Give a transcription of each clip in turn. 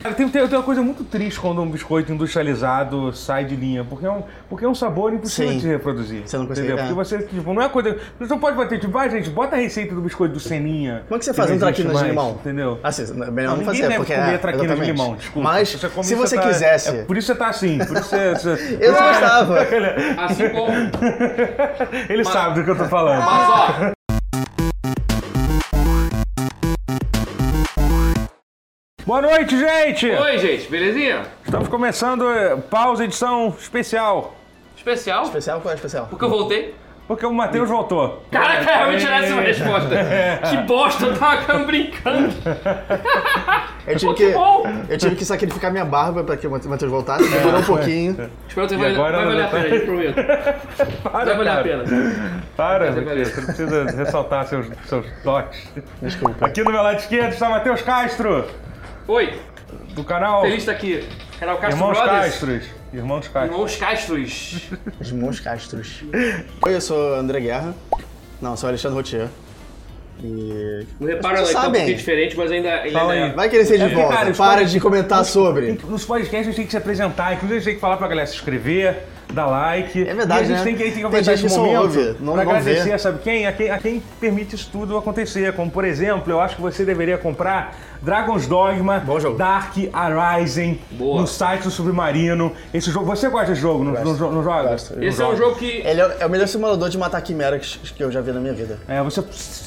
Cara, tem, tem, tem uma coisa muito triste quando um biscoito industrializado sai de linha, porque é um, porque é um sabor impossível Sim. de reproduzir. Você não consegue, entendeu? é. Porque você, tipo, não é coisa. Você não pode bater, tipo, vai, gente, bota a receita do biscoito do Seninha. Como é que você faz um traquinas de limão? Entendeu? Assim, é melhor não, ninguém fazer, deve porque comer é, traquinas de exatamente. limão, desculpa. Mas, come, se você tá- quisesse... é, por É. isso você tá assim, por isso você... você- Eu não gostava. Assim como. Ele sabe do que eu tô falando. Mas ó, Boa noite, gente! oi gente, belezinha? Estamos começando eh, Pausa Edição Especial, Especial? Especial? Qual é especial? Porque eu voltei. porque o Matheus voltou. Caraca, realmente era essa uma resposta. Que bosta, eu tava brincando. Eu tive, é Pô, que, que bom! eu tive que sacrificar minha barba pra que o Matheus voltasse. É, Demorou um pouquinho. Espero que vai, agora vai valer a ela- pena, gente, prometo. Para, Vai valer a cara. pena. Para, Mas é Matheus, você não precisa ressaltar seus, seus dotes. Desculpa. Aqui do meu lado esquerdo está Matheus Castro, Oi, do canal feliz de estar aqui. Canal Castro Irmãos Brothers. Castros. Irmãos Castro. Irmãos Castros. Os Mons Castros. Oi, eu sou André Guerra. Não, sou Alexandre Rotier. E. Não repara Vocês lá que tá um sabem. pouquinho diferente, mas ainda. ainda Fala aí. é. Vai querer ser de porque, volta. cara, os Para pais- de comentar sobre. Nos podcasts a gente tem que se apresentar, inclusive a gente tem que falar pra galera se inscrever, dar like. É verdade, E a gente né? tem que, tem que Tem aproveitar gente esse que só momento ouve, não- pra não agradecer, vê. sabe quem? A, quem? a quem permite isso tudo acontecer. Como, por exemplo, eu acho que você deveria comprar Dragon's Dogma, Bom jogo. Dark Arising, Boa. no site do Submarino. Esse jogo, você gosta desse jogo? Não, não, não, joga? Gosto. Não Esse é um joga. jogo que. Ele é é o melhor simulador de matar quimeras que eu já vi na minha vida. É, você.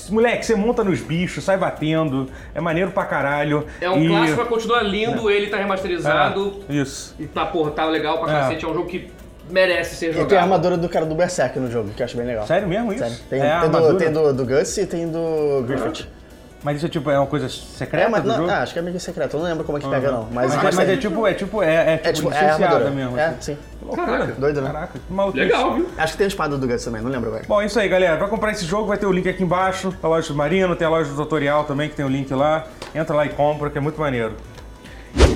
Moleque, você monta nos bichos, sai batendo, é maneiro pra caralho. É um e- clássico, mas continua lindo, ele tá remasterizado. É, isso. E tá, porra, tá legal pra É. cacete, é um jogo que merece ser E jogado. tem a armadura do cara do Berserk no jogo, que eu acho bem legal. Sério mesmo isso? Sério. Tem, é, a tem do, armadura? tem do, do Guts e tem do Griffith. Mas isso é tipo, é uma coisa É, secreta mas do não, jogo? ah, acho que é meio secreto, eu não lembro como é que pega, não. Mas, Mas, é- mas é tipo, é tipo, é, é tipo, é tipo, é a licenciada armadura. mesmo. É, assim. sim. Que loucura. Caraca. Doido, né? Caraca, que maluquice. Legal, viu? Acho que tem a espada do Guts também, não lembro agora. Bom, é isso aí, galera. Vai comprar esse jogo, vai ter o link aqui embaixo. A loja do Submarino, tem a loja do Tutorial também, que tem o link lá. Entra lá e compra, que é muito maneiro.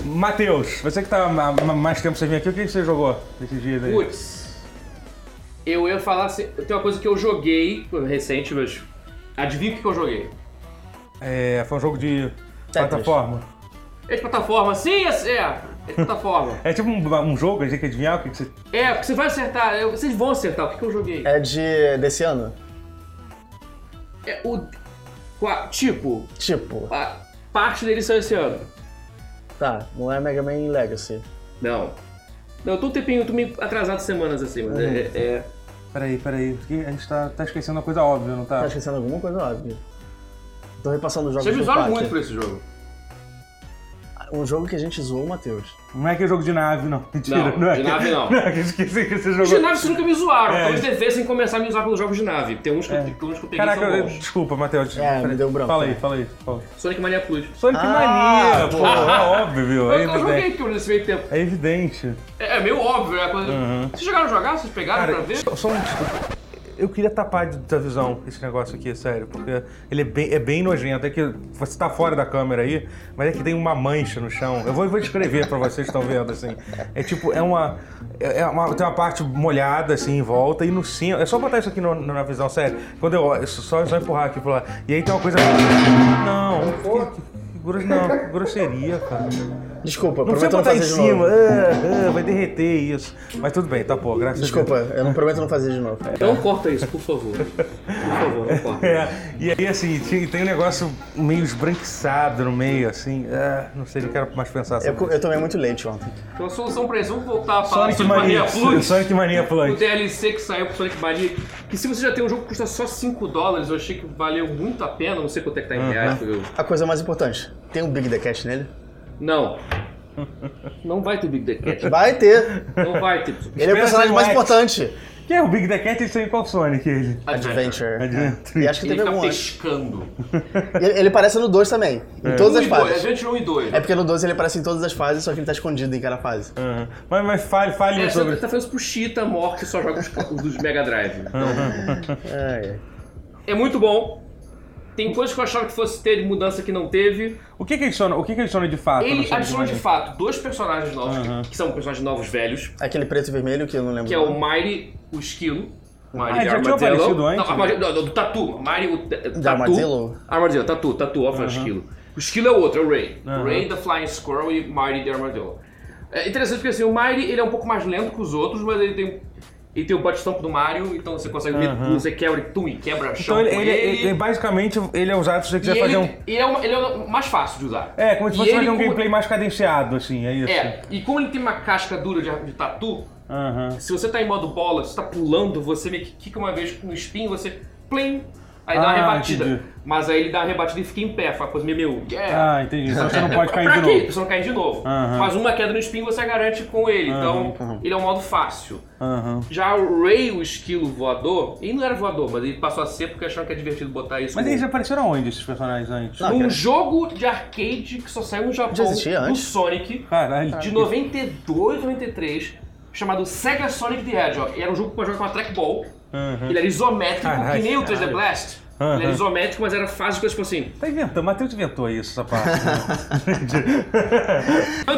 Matheus, você que tá há há mais tempo sem vir aqui, o que que você jogou nesses dias aí? Putz, eu ia falar assim. Tem uma coisa que eu joguei recente, mas. Adivinha o que que eu joguei? É, foi um jogo de Tetris. plataforma. É de plataforma, sim, é, é, é de plataforma. É tipo um, um jogo, a gente tem que adivinhar o que, que você. é, porque você vai acertar, eu- vocês vão acertar o que, que eu joguei. É de. desse ano? É o. qua- Tipo, Tipo, a parte dele saiu esse ano. tá, não é Mega Man Legacy. Não. Não, eu tô um tempinho, eu tô meio atrasado semanas assim, mas é- é, é. Peraí, peraí, porque a gente tá, tá esquecendo uma coisa óbvia, não Tá tá? esquecendo alguma coisa óbvia. Tô repassando os jogos Vocês me do zoaram parque. muito por esse jogo. Um jogo que a gente zoou, Matheus. Não é que é jogo de nave, não. Mentira, Não, não, é de que- nave, não. Não é que eu esqueci que você jogou. De nave vocês nunca me zoaram, É. talvez devessem começar a me usar pelos jogos de nave. Tem uns que, tem uns que eu peguei Caraca, que são eu- bons. desculpa, Matheus. É, me deu branco. Fala aí, fala aí. Fala. aí. Sonic Mania Plus. Sonic Ah, Mania, pô. pô, é óbvio, viu? Eu, É eu evidente. joguei aquilo nesse meio tempo. É evidente. É, é meio óbvio, é a coisa. Vocês chegaram a jogar? Vocês pegaram Uhum. Cara, pra ver? só- só um... Eu queria tapar de- da visão esse negócio aqui, sério, porque ele é bem, é bem nojento. É que você tá fora da câmera aí, mas é que tem uma mancha no chão. Eu vou, vou escrever pra vocês que estão vendo, assim. É tipo, é uma, é é uma- Tem uma parte molhada, assim, em volta, e no centro. É só botar isso aqui no- na visão, sério. Quando eu olho, é só, só empurrar aqui pra lá. E aí tem uma coisa. Não, que, que, que grosso- não, que grosseria, cara. Desculpa, É. Não precisa prometo não botar fazer em de novo. cima. Ah, ah, vai derreter isso. Mas tudo bem, tá pô, graças a Deus. Desculpa, eu não prometo não fazer de novo. Não corta isso, por favor. Por favor, não corta. É, e aí assim, tinha- tem um negócio meio esbranquiçado no meio, assim. ah, não sei, não quero mais pensar Eu, sobre co- eu tomei muito leite ontem. Então a solução pra isso, vamos voltar a falar Sonic sobre Mania Mania Plus. Sonic Mania O Plus. DLC que saiu pro Sonic Mania. Que se você já tem um jogo que custa só 5 dólares, eu achei que valeu muito a pena. Não sei quanto é que tá Uhum. em reais. porque eu- A coisa mais importante, tem um Big The Cat nele? Não. Não vai ter Big The Cat. Vai ter! Não vai ter. Ele é o Espera personagem sair mais um X. importante. Quem é o Big The Cat e tem qual Sonic ele? né? Adventure. Adventure. E acho que Ele teve tá algum antes. pescando. E Ele, ele aparece no 2 também, em todas Um as e dois, fases. Adventure 1 e 2. É porque no 12 ele aparece em todas as fases, só que ele tá escondido em cada fase. Aham. Mas, mas fale, fale É, sobre. você tá fazendo isso pro Cheetah Mor, que só joga os, os dos Mega Drive. Ai, É muito bom. Tem coisas que eu achava que fosse ter de mudança que não teve. O que que adiciona, o que que adiciona de fato? no Ele Sonic adiciona de Mania? fato dois personagens novos, que- que são personagens novos velhos, Aquele preto e vermelho que eu não lembro. que é o Mighty, o Esquilo. Mighty Ah, de já tinha Armadillo. aparecido antes, né? Não, Armadillo, não, do Tatu. Mighty, o t- Tatu. Armadillo? Armadillo, Tatu, Tatu, óbvio, Esquilo. O estilo é outro, é o Ray. Aham. Ray, The Flying Squirrel e Mighty the Armadillo. É interessante porque assim, o Mighty ele é um pouco mais lento que os outros, mas ele tem, ele tem o butt stomp do Mario, então você consegue vir, você quebra, tum, e quebra Então chão ele, com ele- ele- basicamente ele é usado se você E quiser ele, fazer um. ele é um- ele é um- mais fácil de usar. É, como se E fosse fazer ele um com- gameplay mais cadenciado, assim, é isso. É, e como ele tem uma casca dura de, de tatu, Aham. se você tá em modo bola, se você tá pulando, você meio que quica uma vez no espinho, você plim, aí dá uma Ah, rebatida. entendi. Mas aí ele dá uma rebatida e fica em pé, faz uma coisa meio meio. Yeah. Ah, entendi. Então você não pode cair pra de quê? novo. Pra você não cair de novo. Aham. Mas uma queda no espinho você garante com ele, então ele é um modo fácil. Aham. Já o Ray, o esquilo voador, ele não era voador, mas ele passou a ser porque acharam que é divertido botar isso. Mas no- eles apareceram onde esses personagens antes? Não. num jogo de arcade que só saiu no Japão Já existia do antes? Sonic Caralho. de 92, 93, chamado Sega Sonic the Hedgehog. E Era um jogo pra jogar com uma trackball. Aham. Ele era isométrico, Caralho, que nem o 3D caralho. Blast. Aham. Ele era isométrico, mas era fácil de coisa tipo assim. Tá inventando, o Matheus inventou isso, essa parte. Eu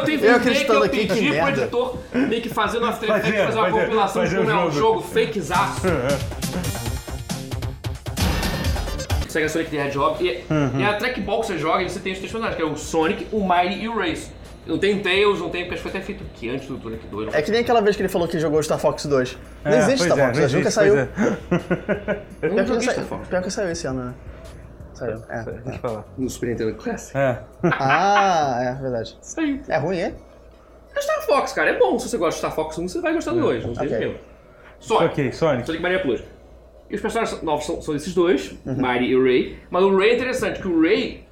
Eu tenho que dizer que acreditando eu aqui, que pedi pro merda. editor meio que fazer uma, fazer, Fazer, fazer uma fazer, compilação de fazer como o é um jogo. jogo fakezaço. Sega é Sonic the Hedgehog. E, e a trackball que você joga, você tem os três personagens, que é o Sonic, o Mighty e o Race. Não tem Tails, não tem, porque acho que foi até feito o que antes do Sonic né? 2. não É que nem aquela vez que ele falou que jogou Star Fox 2. Não É, existe pois tá Star é, Fox não 2, nunca existe, saiu. pois é. Pior Eu não que, não joguei Star saiu. Fox. Pior que saiu esse ano, né? Saiu. É. Deixa eu falar. No Super Nintendo Classic. É. Ah, é verdade. Saiu. É ruim, é? É Star Fox, cara. É bom. Se você gosta de Star Fox 1, você vai gostar do 2. Não tem Hum, Ok. problema. Sonic. Ok, Sonic. Sonic Mania Plus. E os personagens novos são, são esses dois, Mighty e o Ray. Mas o Ray é interessante, que o Ray,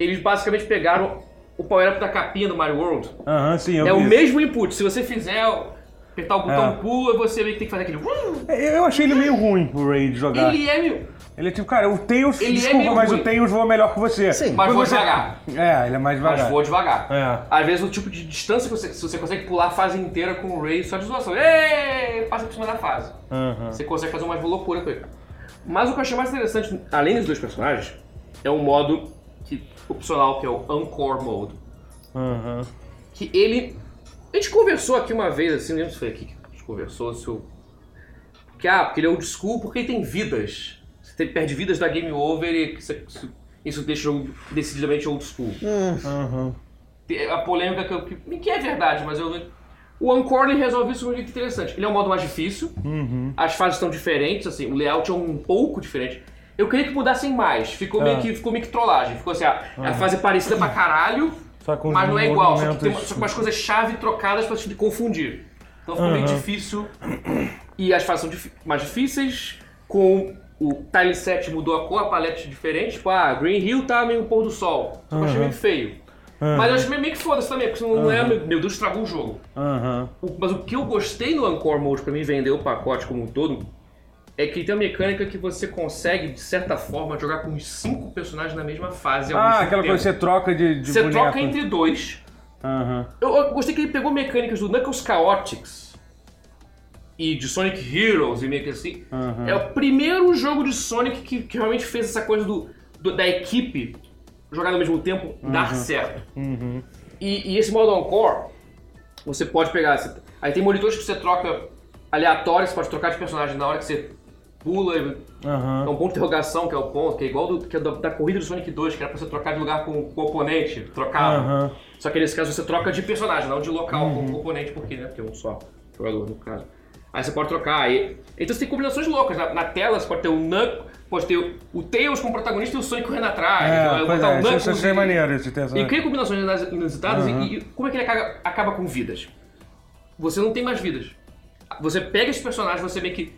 eles basicamente pegaram o power-up da capinha do Mario World. Aham, sim, eu É o vi. mesmo input. Se você fizer, apertar o botão É. pull, você meio que tem que fazer aquele... "Wum". Eu achei ele meio ruim, o Ray, de jogar. Ele, Ele é meio... é tipo, cara, o Tails, Ele é desculpa, meio mas ruim. o Tails voa melhor que você. Sim. Mas Quando vou você- devagar. É, ele é mais Mas devagar. vou devagar. É. Às vezes o tipo de distância que você, se você consegue pular a fase inteira com o Ray só de zoação. Ê, passa por cima da fase. Aham. Você consegue fazer uma loucura com ele. Mas o que eu achei mais interessante, além dos dois personagens, é um modo que, opcional, que é o Encore Mode. Aham. Que ele. A gente conversou aqui uma vez, assim, não lembro se foi aqui que a gente conversou, se eu. Que, ah, porque ele é old school, porque ele tem vidas. Se ele perde vidas da game over, e isso, isso- isso deixa o jogo decididamente old school. Aham. Te- a polêmica que, eu, que, que é verdade, mas eu. O Encore ele resolve isso de um jeito interessante. Ele é um modo mais difícil, Uhum. as fases estão diferentes, assim, o layout é um pouco diferente. Eu queria que mudassem mais, ficou, meio, Ah. que, ficou meio que trollagem. Ficou assim, ah, a fase é parecida pra caralho, Só com os mas não é igual, só que tem uma- movimentos- só com umas coisas-chave trocadas pra te confundir. Então ficou meio Aham. difícil, e as fases são difí- mais difíceis, com o tileset mudou a cor, a paleta diferente, tipo, ah, Green Hill tá meio pôr do sol, só que eu achei meio feio. Mas eu acho meio meio que foda-se também, porque senão não é, meu meu Deus, estragou o jogo. Aham. O- Mas o que eu gostei no Encore Mode pra mim vender o pacote como um todo é que tem uma mecânica que você consegue, de certa forma, jogar com uns cinco personagens na mesma fase. ao Ah, mesmo aquela tempo. coisa que você troca de, de Você boneco. troca entre dois. Aham. Eu, eu gostei que ele pegou mecânicas do Knuckles Chaotix e de Sonic Heroes e meio que assim. Aham. É o primeiro jogo de Sonic que, que realmente fez essa coisa do, do- da equipe jogar ao mesmo tempo dar certo. E, e esse modo Encore, você pode pegar. você- aí tem monitores que você troca aleatório, você pode trocar de personagem na hora que você pula. e- É Aham. um ponto de interrogação que é o ponto, que é igual do, que é da, da corrida do Sonic 2, que era pra você trocar de lugar com, com o oponente, trocava. Aham. Uhum. Só que nesse caso você troca de personagem, não de local com componente, porque, né? Porque é um só jogador, no caso. Aí você pode trocar. Aí... Então você tem combinações loucas. Na, na tela você pode ter o Knuckles, pode ter o- o Tails como protagonista e o Sonic correndo atrás. Então, É, eu pois botar é, o isso- Knuckles isso achei e- maneiro esse texto. E cria combinações inas- inusitadas e, e como é que ele acaba, acaba com vidas? Você não tem mais vidas. Você pega esse personagem, você meio que.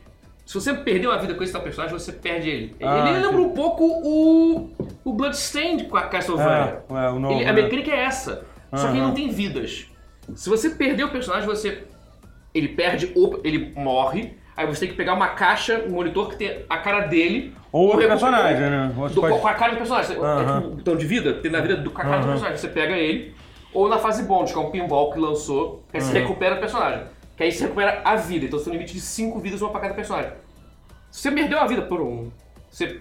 Se você perdeu uma vida com esse tal personagem, você perde ele. Ah, ele lembra entendi. um pouco o. o Bloodstained com a Castlevania. É, é, o novo, Ele- a né? mecânica é essa. Só que ele não tem vidas. Se você perder o personagem, você. Ele perde, ou ele morre. Aí você tem que pegar uma caixa, um monitor que tem a cara dele. Ou outro recu- personagem, né? Você do- pode- Com a cara do personagem. Você- É Aham. tipo um botão de vida, tem na vida do com a cara do personagem. Você pega ele. Ou na fase bônus, que é um pinball que lançou, que aí você recupera o personagem. Que aí você recupera a vida. Então você tem um limite de 5 vidas, uma pra cada personagem. Se você perdeu a vida por um, você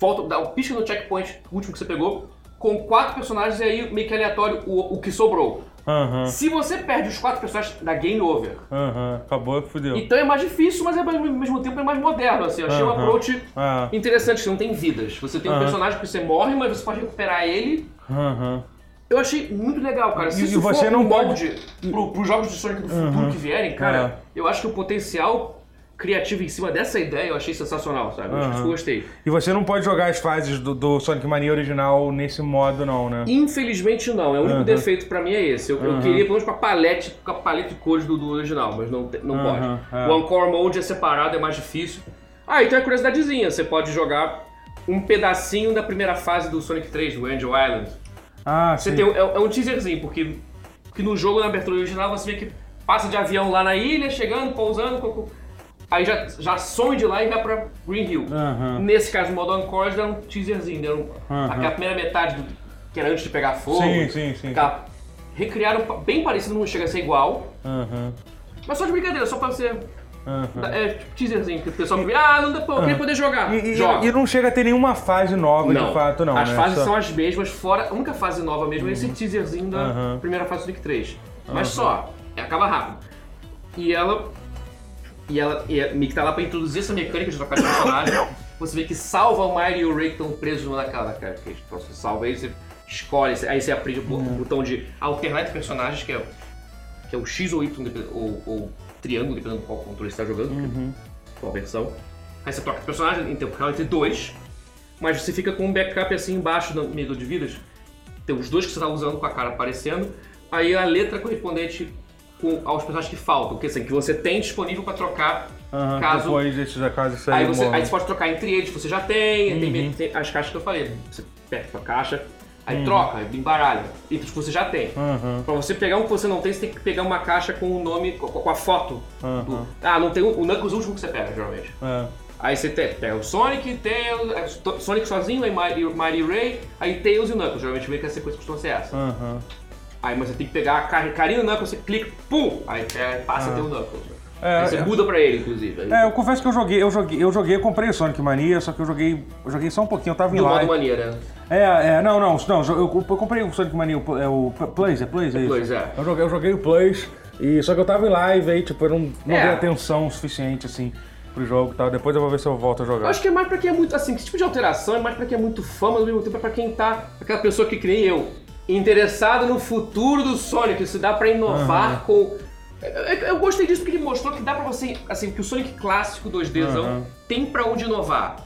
volta, dá um pisca no checkpoint último que você pegou, com quatro personagens e aí meio que aleatório o, o que sobrou. Aham, Se você perde os quatro personagens, dá game over. aham. Acabou, fudeu. Então é mais difícil, mas é, ao mesmo tempo é mais moderno, assim. Eu achei um Aham. approach Ah, interessante, que não tem vidas. Você tem um Aham. personagem que você morre, mas você pode recuperar ele. aham. Eu achei muito legal, cara. Se E- isso e você for não um pode- É. molde pro, pros jogos de Sonic do futuro que vierem, cara, eu acho que o potencial criativo em cima dessa ideia eu achei sensacional, sabe? Eu acho que isso eu gostei. E você não pode jogar as fases do, do Sonic Mania original nesse modo, não, né? Infelizmente não, é o único defeito pra mim é esse. Eu, eu queria pelo menos com a palete, com a paleta de cores do, do original, mas não, te- não Aham, pode. é. O Encore Mode é separado, é mais difícil. Ah, então é curiosidadezinha, você pode jogar um pedacinho da primeira fase do Sonic 3, do Angel Island. Ah, Você sim. tem, um- é, é um teaserzinho, porque, porque no jogo, na abertura original, você vê que passa de avião lá na ilha, chegando, pousando, co- co- aí já, já some de lá e vai pra Green Hill. Aham. Nesse caso, o modo Encore eles deram um teaserzinho, deram Aham. aquela primeira metade do, que era antes de pegar fogo. Sim, sim, sim. aquela- recriaram pa- bem parecido, não chega a ser igual, Aham, mas só de brincadeira, só pra você. aham. É tipo, teaserzinho, que o pessoal me ah, não dá pra eu queria poder jogar. E, e- Joga. e não chega a ter nenhuma fase nova, de fato, não, As né? fases Só- Uhum. são as mesmas, fora. A única fase nova mesmo é esse teaserzinho da Aham. primeira fase do Sonic 3. Mas só, é, acaba rápido. E ela. E ela. E a Mick tá lá pra introduzir essa mecânica de trocar de personagem. você vê que salva o Mario e o Ray que estão presos numa daquela cara. Que então, você salva aí, você escolhe, você- aí você aprende o bo- Uhum. botão de alternar entre personagens, que é, que é o X ou Y, depende- ou, ou triângulo, dependendo do qual controle você está jogando, Uhum. qual versão. Aí você troca de personagem então, em tempo real entre dois mas você fica com um backup assim embaixo no meio de vidas. Tem os dois que você tá usando com a cara aparecendo, aí a letra correspondente com, aos personagens que faltam, que, assim, que você tem disponível para trocar Aham, caso. Depois desses casos isso Aí aí, Uhum. você, morre. aí você pode trocar entre eles, você já tem, tem meio que tem as caixas que eu falei. Você pega a sua caixa, aí Uhum. troca, aí embaralha, e que você já tem. Aham. Pra você pegar um que você não tem, você tem que pegar uma caixa com o nome, com com a foto. do- Aham. Ah, não tem o, o Knuckles é o último que você pega, geralmente. É. Aí você tem, pega o Sonic, Tails, é, to- Sonic sozinho, aí Mighty, Mighty Ray, aí Tails e o Knuckles. Geralmente meio que a sequência costuma ser essa. Aham. Aí mas você tem que pegar a Kar- Karina e o Knuckles, você clica, pum! Aí pega, passa a ter o Knuckles. É, aí você é. muda pra ele, inclusive. Aí, É, eu confesso que eu joguei, eu joguei, eu joguei, eu comprei o Sonic Mania, só que eu joguei, eu joguei só um pouquinho, eu tava em do modo live. maneira. É, é, não, não, não, eu, eu comprei o Sonic Mania, o, é o Plays, é Plays, é isso? Plays, é. Eu joguei, eu joguei o Plays, e, só que eu tava em live, aí, tipo, eu não, não É. dei atenção suficiente, assim, pro jogo e tal, depois eu vou ver se eu volto a Eu jogar. acho que é mais pra quem é muito, assim, que tipo de alteração é mais pra quem é muito fã, mas ao mesmo tempo é pra quem tá, aquela pessoa que, que nem eu, interessada no futuro do Sonic, se dá pra inovar com... Eu, eu- eu gostei disso porque ele mostrou que dá pra você, assim, que o Sonic clássico 2Dzão Aham. tem pra onde inovar.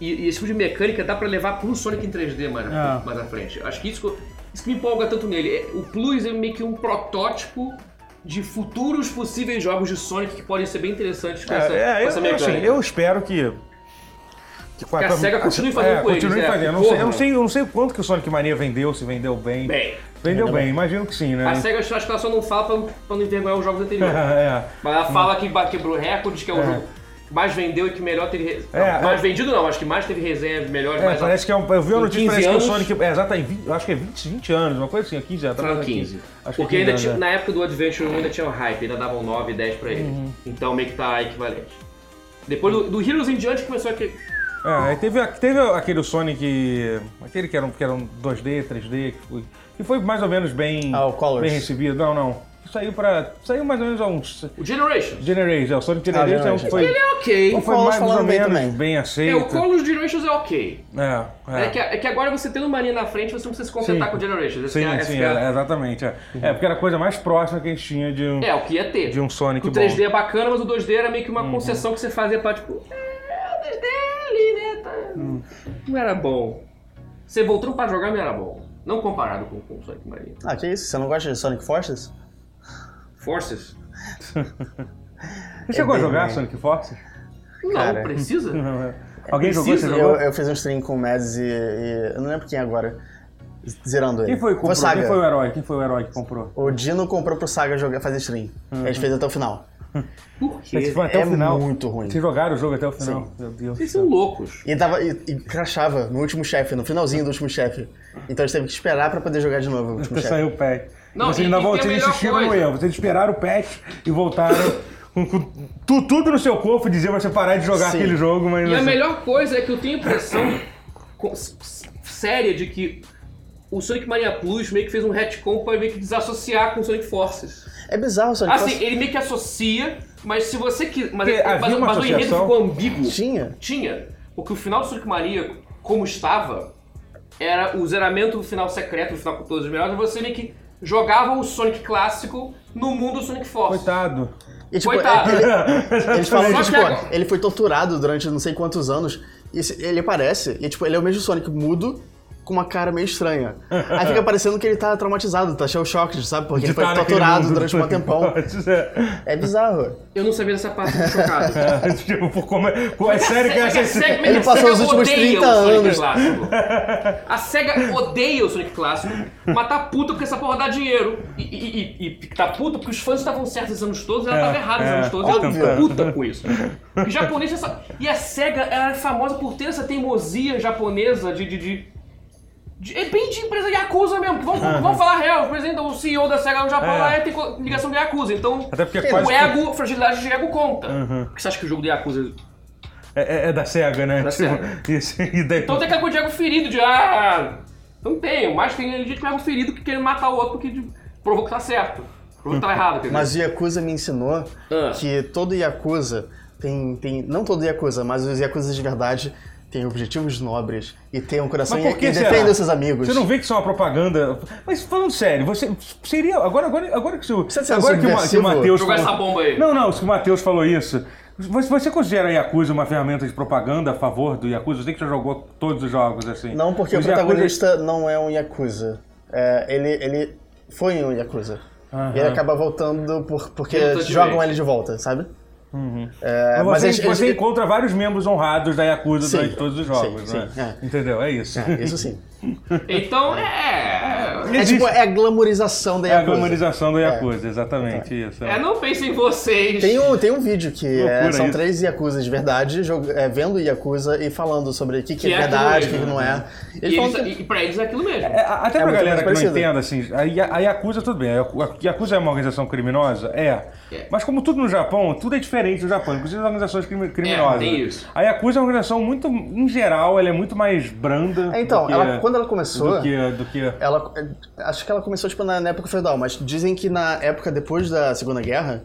E, e esse tipo de mecânica dá pra levar pro Sonic em 3D mais, na- É. mais à frente. Acho que isso, que eu- isso que me empolga tanto nele. É- O Plus é meio que um protótipo de futuros possíveis jogos de Sonic que podem ser bem interessantes com, essa, é, com eu, essa eu, mecânica. assim, eu espero que. Que, com a SEGA continue fazendo com eles, continue é, fazendo. Eu não, porra. sei, eu, não sei, eu não sei o quanto que o Sonic Mania vendeu, se vendeu bem. Bem, vendeu bem, imagino que sim, né? A SEGA acho que ela só não fala pra, pra não envergonhar os jogos anteriores. é. Mas ela fala que ba- quebrou recordes, que é o É. jogo que mais vendeu e que melhor teve. Re... É, não, mais é. vendido não, acho que mais teve resenhas melhores, É, mais parece que é um. Eu vi a em notícia 15 parece anos- que o Sonic. É, exato, em 20 acho que é 20, 20 anos, uma coisa assim, é 15 anos. Foram atrás, 15. Acho que Porque é 15 ainda anos, tinha, é. na época do Adventure 1 ainda tinha um hype, ainda davam 9, 10 pra ele. Uhum. Então meio que tá equivalente. Depois do, do Heroes em diante começou a que. É, aí teve, a- teve aquele Sonic. Aquele que era, um- que era um 2D, 3D, que foi, que foi mais ou menos bem, Ah, o Colors. bem recebido. Não, não. Que Saiu pra. Saiu mais ou menos há uns. O Generations. Generation, é, o Sonic Generation é um que Ah, Generations. foi. Ele é ok. Não foi Colors mais ou falaram bem menos bem, também. aceito. É, o Colors Generations é ok. É, é. É. que, é que agora você tendo Mania na frente, você não precisa se contentar Sim. com o Generations. Essa Sim, é, a- essa sim, é a- é, exatamente. É. É, porque era a coisa mais próxima que a gente tinha de um. É, o que ia ter. De um Sonic O 3D bom. é bacana, mas o 2D era meio que uma concessão que você fazia pra, tipo... É, o 2D ali, né? tá- Não era bom. Você voltando pra jogar, não era bom. Não comparado com, com o Sonic Mania. Ah, que isso? Você não gosta de Sonic Forces? Forces? Você chegou a É bem jogar ruim. Sonic Forces? Não, Cara. precisa. Não, é. Alguém jogou? Você Precisa, jogou? Eu, eu fiz um stream com o Mads e, e- Eu não lembro quem agora. Zerando ele. Quem foi que comprou? Saga. Quem foi o herói? Quem foi o herói que comprou? O Dino comprou pro Saga jogar, fazer stream. A gente fez até o final. Por Vocês quê? foram até é o final. muito ruim. Vocês jogaram o jogo até o final. Meu Deus. Vocês são loucos. E tava. E, e crashava no último chefe, no finalzinho do último chefe. Então a gente teve que esperar pra poder jogar de novo o último Até chefe. saiu o patch. Não, vocês e- ainda e tem a voltaram, vocês melhor insistiram no coisa. erro. Vocês esperaram o patch e voltaram com, com tu- tudo no seu corpo dizia pra você parar de jogar Sim. aquele jogo, mas. E a você- melhor coisa é que eu tenho a impressão co- s- s- séria de que o Sonic Mania Plus meio que fez um retcon pra meio que desassociar com o Sonic Forces. É bizarro, Sonic. Assim, Forces. ele meio que associa, mas se você quiser. Mas, é, Porque mas, havia uma mas o enredo associação? ficou ambíguo. Tinha. Tinha. Porque o final do Sonic Mania, como estava, era o zeramento do final secreto, do final com todos os melhores, e você meio que jogava o Sonic clássico no mundo do Sonic Forces. Coitado. E, tipo, Coitado. ele- Eles falam que, Só que tipo, agora- ele foi torturado durante não sei quantos anos. E se- ele aparece, e tipo, ele é o mesmo Sonic mudo, com uma cara meio estranha. Aí fica parecendo que ele tá traumatizado, tá cheio de choques, sabe? Porque ele foi De estar naquele torturado mundo durante do um tempão. Sonic. É. É bizarro. Eu não sabia dessa parte, fiquei chocado. tipo, por como é, como é sério que é A essa... SEGA- Ele a passou SEGA os últimos odeia 30 o Sonic anos. Clássico. A SEGA odeia o Sonic Clássico, mas tá puta porque essa porra dá dinheiro. E, e, e- e tá puta porque os fãs estavam certos esses anos todos, ela tava É, errada é, esses anos todos. Ela óbvio. tá puta com isso. O japonês, é só- E a SEGA ela é famosa por ter essa teimosia japonesa de... de, de de, é bem de empresa Yakuza mesmo, que vamos, vamos falar a real, o presidente, o CEO da SEGA no Japão É. lá é, tem co- ligação com Yakuza, então Até porque é O quase... o que- ego, fragilidade de ego conta. O que você acha que o jogo do Yakuza É, é- é da SEGA, né? Da Tipo, SEGA. isso, e daí... Então tem aquela coisa de ego ferido, de ah, não tenho, mas tem gente com ego ferido que quer matar o outro porque de- provou que tá certo. Provou que tá errado, quer dizer. Mas o Yakuza me ensinou Ah. que todo Yakuza tem, tem. Não todo Yakuza, mas os Yakuza de verdade têm objetivos nobres e têm um coração Mas e, por que e será? defendem os seus amigos. Você não vê que isso é uma propaganda? Mas falando sério, você seria agora agora agora que o Você tá sendo agora que o, Ma- que o subversivo? Matheus Jogar falou- essa bomba aí. Não, não, que o Matheus falou isso. Você, você considera a Yakuza uma ferramenta de propaganda a favor do Yakuza? Você que já jogou todos os jogos assim? Não, porque Os o Yakuza- protagonista não é um Yakuza. É, ele, ele foi um Yakuza. E ele acaba voltando por- porque Ele tá de jogam vez. ele de volta, sabe? Uhum. Mas É, você, eles- eles- você encontra vários membros honrados da Yakuza Sim, durante todos os jogos, sim, né? sim, Entendeu? É isso. É, isso sim. Então é. É tipo, é a glamorização da É a Yakuza. glamorização da Yakuza, exatamente isso. é. É, não pensem em vocês. Tem um, tem um vídeo que é, Loucura são isso. três Yakuzas de verdade, jog- é, vendo Yakuza e falando sobre o que, que Que é é aquilo verdade, o que, que mesmo, né? não é. E, Eles falam eles, que e pra eles é aquilo mesmo. É, a- até pra muito galera que mais não parecida. entenda, assim, a, Ya- a Yakuza, tudo bem, a Yaku- a Yakuza é uma organização criminosa? É. É. Mas como tudo no Japão, tudo é diferente no Japão, inclusive as organizações É, crimi- criminosas. tem isso. A Yakuza é uma organização muito, em geral, ela é muito mais branda. É, Então, do que- ela- quando ela começou, Do que, do que- ela, acho que ela começou tipo, na, na época feudal, mas dizem que na época depois da Segunda Guerra,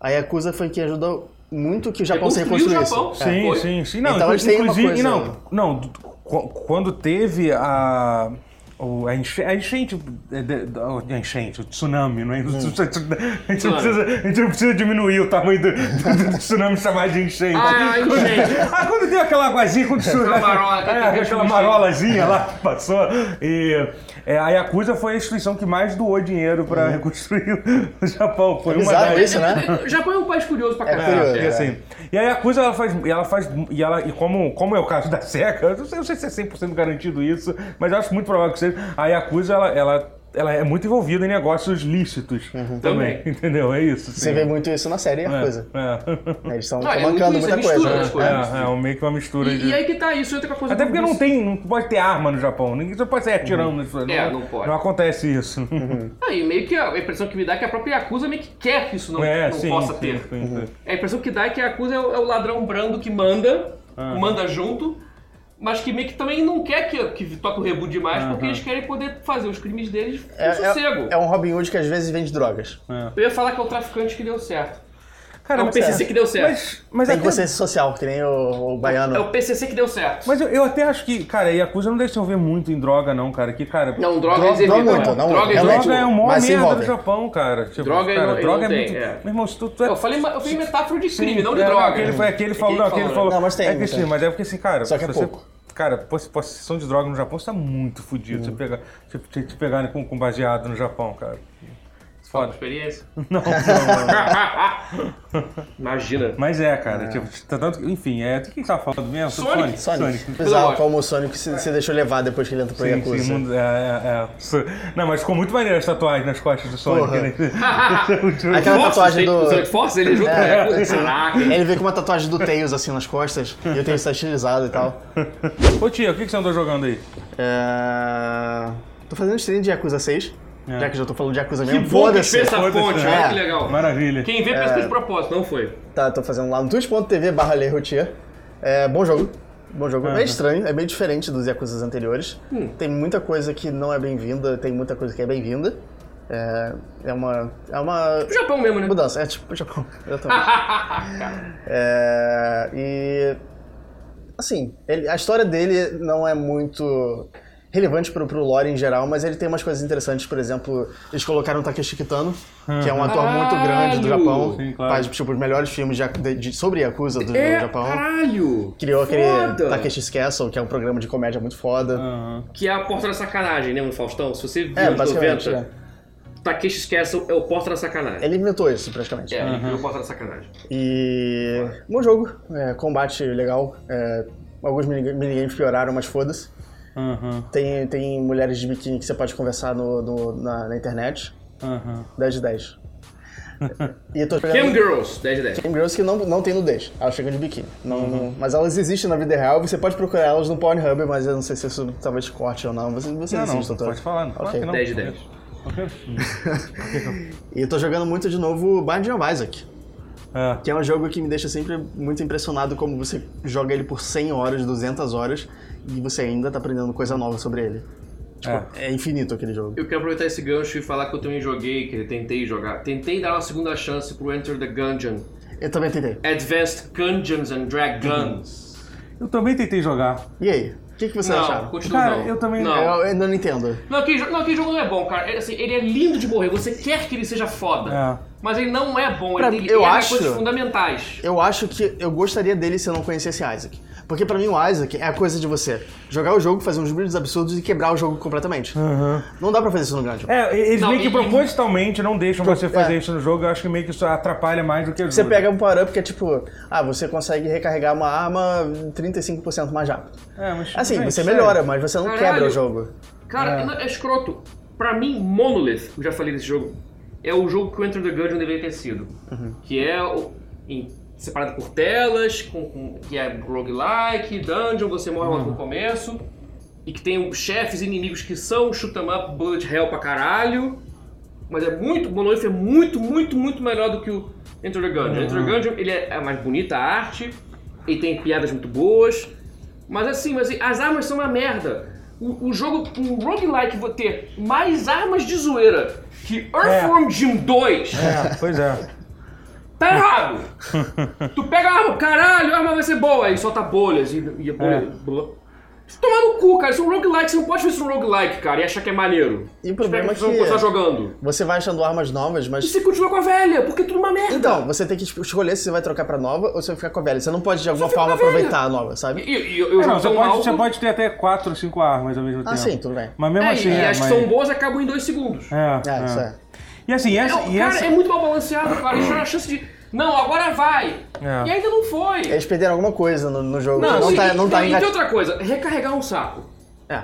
a Yakuza foi que ajudou muito que o Japão se Reconstruiu o reconstruísse. Japão. Sim, Foi. sim, sim. Não, Então, eles têm uma inclusive, coisa- não, não, d- qu- quando teve a. o- A enche- a enchente, é, de- da- a enchente, o tsunami, Hum. não é? A gente, não precisa, a gente não precisa diminuir o tamanho do, do- do tsunami chamar de enchente. um Ah, é uma enchente. ah, quando deu aquela aguazinha, quando tsunami, marola, é, aquele aquela bicho. marolazinha lá que passou. E é, a Yakuza foi a instituição que mais doou dinheiro para reconstruir o Japão. Foi uma Hum. Bizarro das- isso, né? O Japão é um país curioso pra é, caralho. curioso. e assim. E a Yakuza, ela faz. E ela faz. E, ela, e como, como é o caso da SECA, eu não sei, eu não sei se é 100% garantido isso, mas eu acho muito provável que seja. A Yakuza, ela. ela ela é muito envolvida em negócios lícitos também, Também. entendeu? É isso. sim. Você vê muito isso na série Yakuza. Né, É, Eles estão Ah, é mancando muito isso, muita é mistura coisa. das né? coisas. é, é, é um- meio que uma mistura E, de. e aí que tá isso, entra com a coisa Até do- porque não tem, não pode ter arma no Japão. Ninguém só pode sair atirando nisso. É, não pode. Não acontece isso. Ah, e meio que a impressão que me dá é que a própria Yakuza meio que quer que isso não, é, não sim, possa sim, ter. sim, sim. A impressão que dá é que a Yakuza é o, é o ladrão brando que manda, Ah. manda junto, mas que meio que também não quer que, que toque o reboot demais, porque eles querem poder fazer os crimes deles com É, sossego. é- é um Robin Hood que às vezes vende drogas. Eu ia falar que é o traficante que deu certo. Cara, É um mas- PCC que deu certo. Mas, mas Tem que até- consciência social, que nem o, o baiano. É o PCC que deu certo. Mas eu, eu até acho que, cara, a Yakuza não deve se envolver muito em droga, não, cara. Que, cara. Não, droga Dro- eles evitam. não é muito, não muito, droga eles realmente. Droga é o maior tipo, Mas se merda do envolvem. Japão, cara. Tipo, Droga cara, não- droga não é tem, muito. é. Meu irmão, se tu, tu é. Eu falei, eu falei metáfora de crime, não de é, droga. Aquele, foi aquele falou, Aquele não, aquele falou, falou. né? Não, mas tem, é que mas sim, tem. mas é porque assim, cara. Só que é se você- pouco. Cara, posse- possessão de droga no Japão, você tá muito Hum. fudido. Você pegar, se te, te pegarem com, com baseado no Japão, cara. Foda. Experiência. Não, não, não. Imagina. Mas é, cara. Tipo, tá tanto, que- enfim, é. O que que você tava falando mesmo? Sonic. Sonic. Sonic. Bizarro Lógico. como o Sonic se, se deixou levar depois que ele entrou pro Sim, Yakuza. sim, mundo- é, é, é. Su- Não, mas ficou muito maneiro as tatuagens nas costas do Sonic, Porra. né? Aquela Força, tatuagem gente, do- É. Sonic Force, ele junto com a Yakuza. Caraca. Ele veio com uma tatuagem do Tails assim nas costas, e o Tails tá estilizado e tal. Ô tia, o que, que você andou jogando aí? É... Tô fazendo stream de Yakuza 6, já que eu já tô falando de Yakuza mesmo. bom É. que Foda-se! fez essa Foda-se, ponte, é. olha que legal. Maravilha. Quem vê pensa que foi de propósito, não foi. Tá, tô fazendo lá no twitch.tv barra Leroutier. É, bom jogo. Bom jogo. É estranho, é bem diferente dos Yakuza anteriores. Hum. Tem muita coisa que não é bem-vinda, tem muita coisa que é bem-vinda. É, é uma. É uma. O Japão mesmo, né? Mudança, é tipo o Japão. Exatamente. É, e. Assim, ele- a história dele não é muito relevante pro, pro lore em geral, mas ele tem umas coisas interessantes, por exemplo, eles colocaram o Takeshi Kitano, que é um ator muito grande do Uhum. Caralho! Japão, Sim, claro. faz tipo os melhores filmes de, de- de- sobre Yakuza do, do é, Japão. caralho! Criou aquele Foda! Takeshi's Castle, que é um programa de comédia muito foda. Aham. Que é a porta da sacanagem, né, no Faustão? Se você viu É, os basicamente. 90, Takeshi Castle é o porta da sacanagem. Ele inventou isso, praticamente. É, ele viu o porta da sacanagem. E. Bom jogo. é, combate legal. é, alguns miniga- minigames pioraram, mas foda-se. Aham. Tem, tem mulheres de biquíni que você pode conversar no, no- na, na internet. Aham. 10 de 10. e eu tô Cam jogando. Girls, 10 de 10. Game Girls que não, não tem nudez. Elas chegam de biquíni. Não, Uhum. não- mas elas existem na vida real. Você pode procurar elas no Pornhub, mas eu não sei se isso talvez corte ou não. Você, você Não, não, decide, doutor. pode falar. Não, claro Ok. que não. 10 de 10. E eu tô jogando muito de novo Binding of Isaac. É. Que é um jogo que me deixa sempre muito impressionado como você joga ele por 100 horas, 200 horas e você ainda tá aprendendo coisa nova sobre ele. Tipo, é, infinito aquele jogo. Eu quero aproveitar esse gancho e falar que eu também joguei, que eu tentei jogar. Tentei dar uma segunda chance pro Enter the Gungeon. Eu também tentei. Advanced Gungeons and Dragons. Eu também tentei jogar. E aí? O que, que vocês Não, acharam? continua Cara, não. eu também- Não. Eu ainda não entendo. Não, aquele, jo- não, aquele jogo não é bom, cara. Ele, assim, ele é lindo de morrer. Você quer que ele seja foda. É. Mas ele não é bom. Pra- Ele, tem- eu ele erra acho- coisas fundamentais. Eu acho que eu gostaria dele se eu não conhecesse Isaac. Porque pra mim o Isaac é a coisa de você jogar o jogo, fazer uns brilhos absurdos e quebrar o jogo completamente. Não dá pra fazer isso no grande. É, eles Não, meio que e- propositalmente não deixam você fazer é. isso no jogo. Eu acho que meio que isso atrapalha mais do que ajuda. Você pega um power-up que é tipo, ah, você consegue recarregar uma arma 35% mais rápido. É, mas, Assim, gente, você sério. melhora, mas você não Caralho. quebra o jogo. Cara, é. não- é escroto. Pra mim, Monolith, eu já falei desse jogo, é o jogo que o Enter the Gungeon deveria ter sido. Que é o- em- separado por telas, com, com- que é roguelike, dungeon, você morre logo no começo. E que tem um- chefes e inimigos que são shoot 'em up, bullet hell pra caralho. Mas é muito, Monolith é muito, muito, muito melhor do que o Enter the Gungeon. Uhum. Enter the Gungeon, ele é, é mais bonita a arte, ele tem piadas muito boas, mas assim, mas as armas são uma merda. O, o jogo, um roguelike, vou ter mais armas de zoeira que Earthworm Jim 2. É, pois é. Tá errado! tu pega a arma, caralho, a arma vai ser boa, aí solta bolhas e, e a bolha. É. blá. Isso Toma no cu, cara, isso é um roguelike, você não pode fazer isso um roguelike, cara, e achar que é maneiro. E o problema é Você vai que- continuar jogando. Você vai achando armas novas, E mas. você continua com a velha, porque é tudo uma merda. Então, você tem que tipo, escolher se você vai trocar pra nova ou se vai ficar com a velha. Você não pode de alguma fica forma com a velha. aproveitar a nova, sabe? E, e, eu É, não, jogo você tão pode, alto. você pode ter até quatro ou cinco armas ao mesmo tempo. Ah, sim, então. tudo bem. Mas mesmo É, assim, e é, as mas... que são boas acabam em dois segundos. É, É, isso é. é. E assim, É, essa... o e cara, essa... é muito mal balanceado, cara. Eles tiveram a chance de. Não, agora vai! É. E ainda não foi. Eles perderam alguma coisa no, no jogo. É, Não, e, tá, não tá e, engat- então- tem outra coisa, recarregar um saco. É.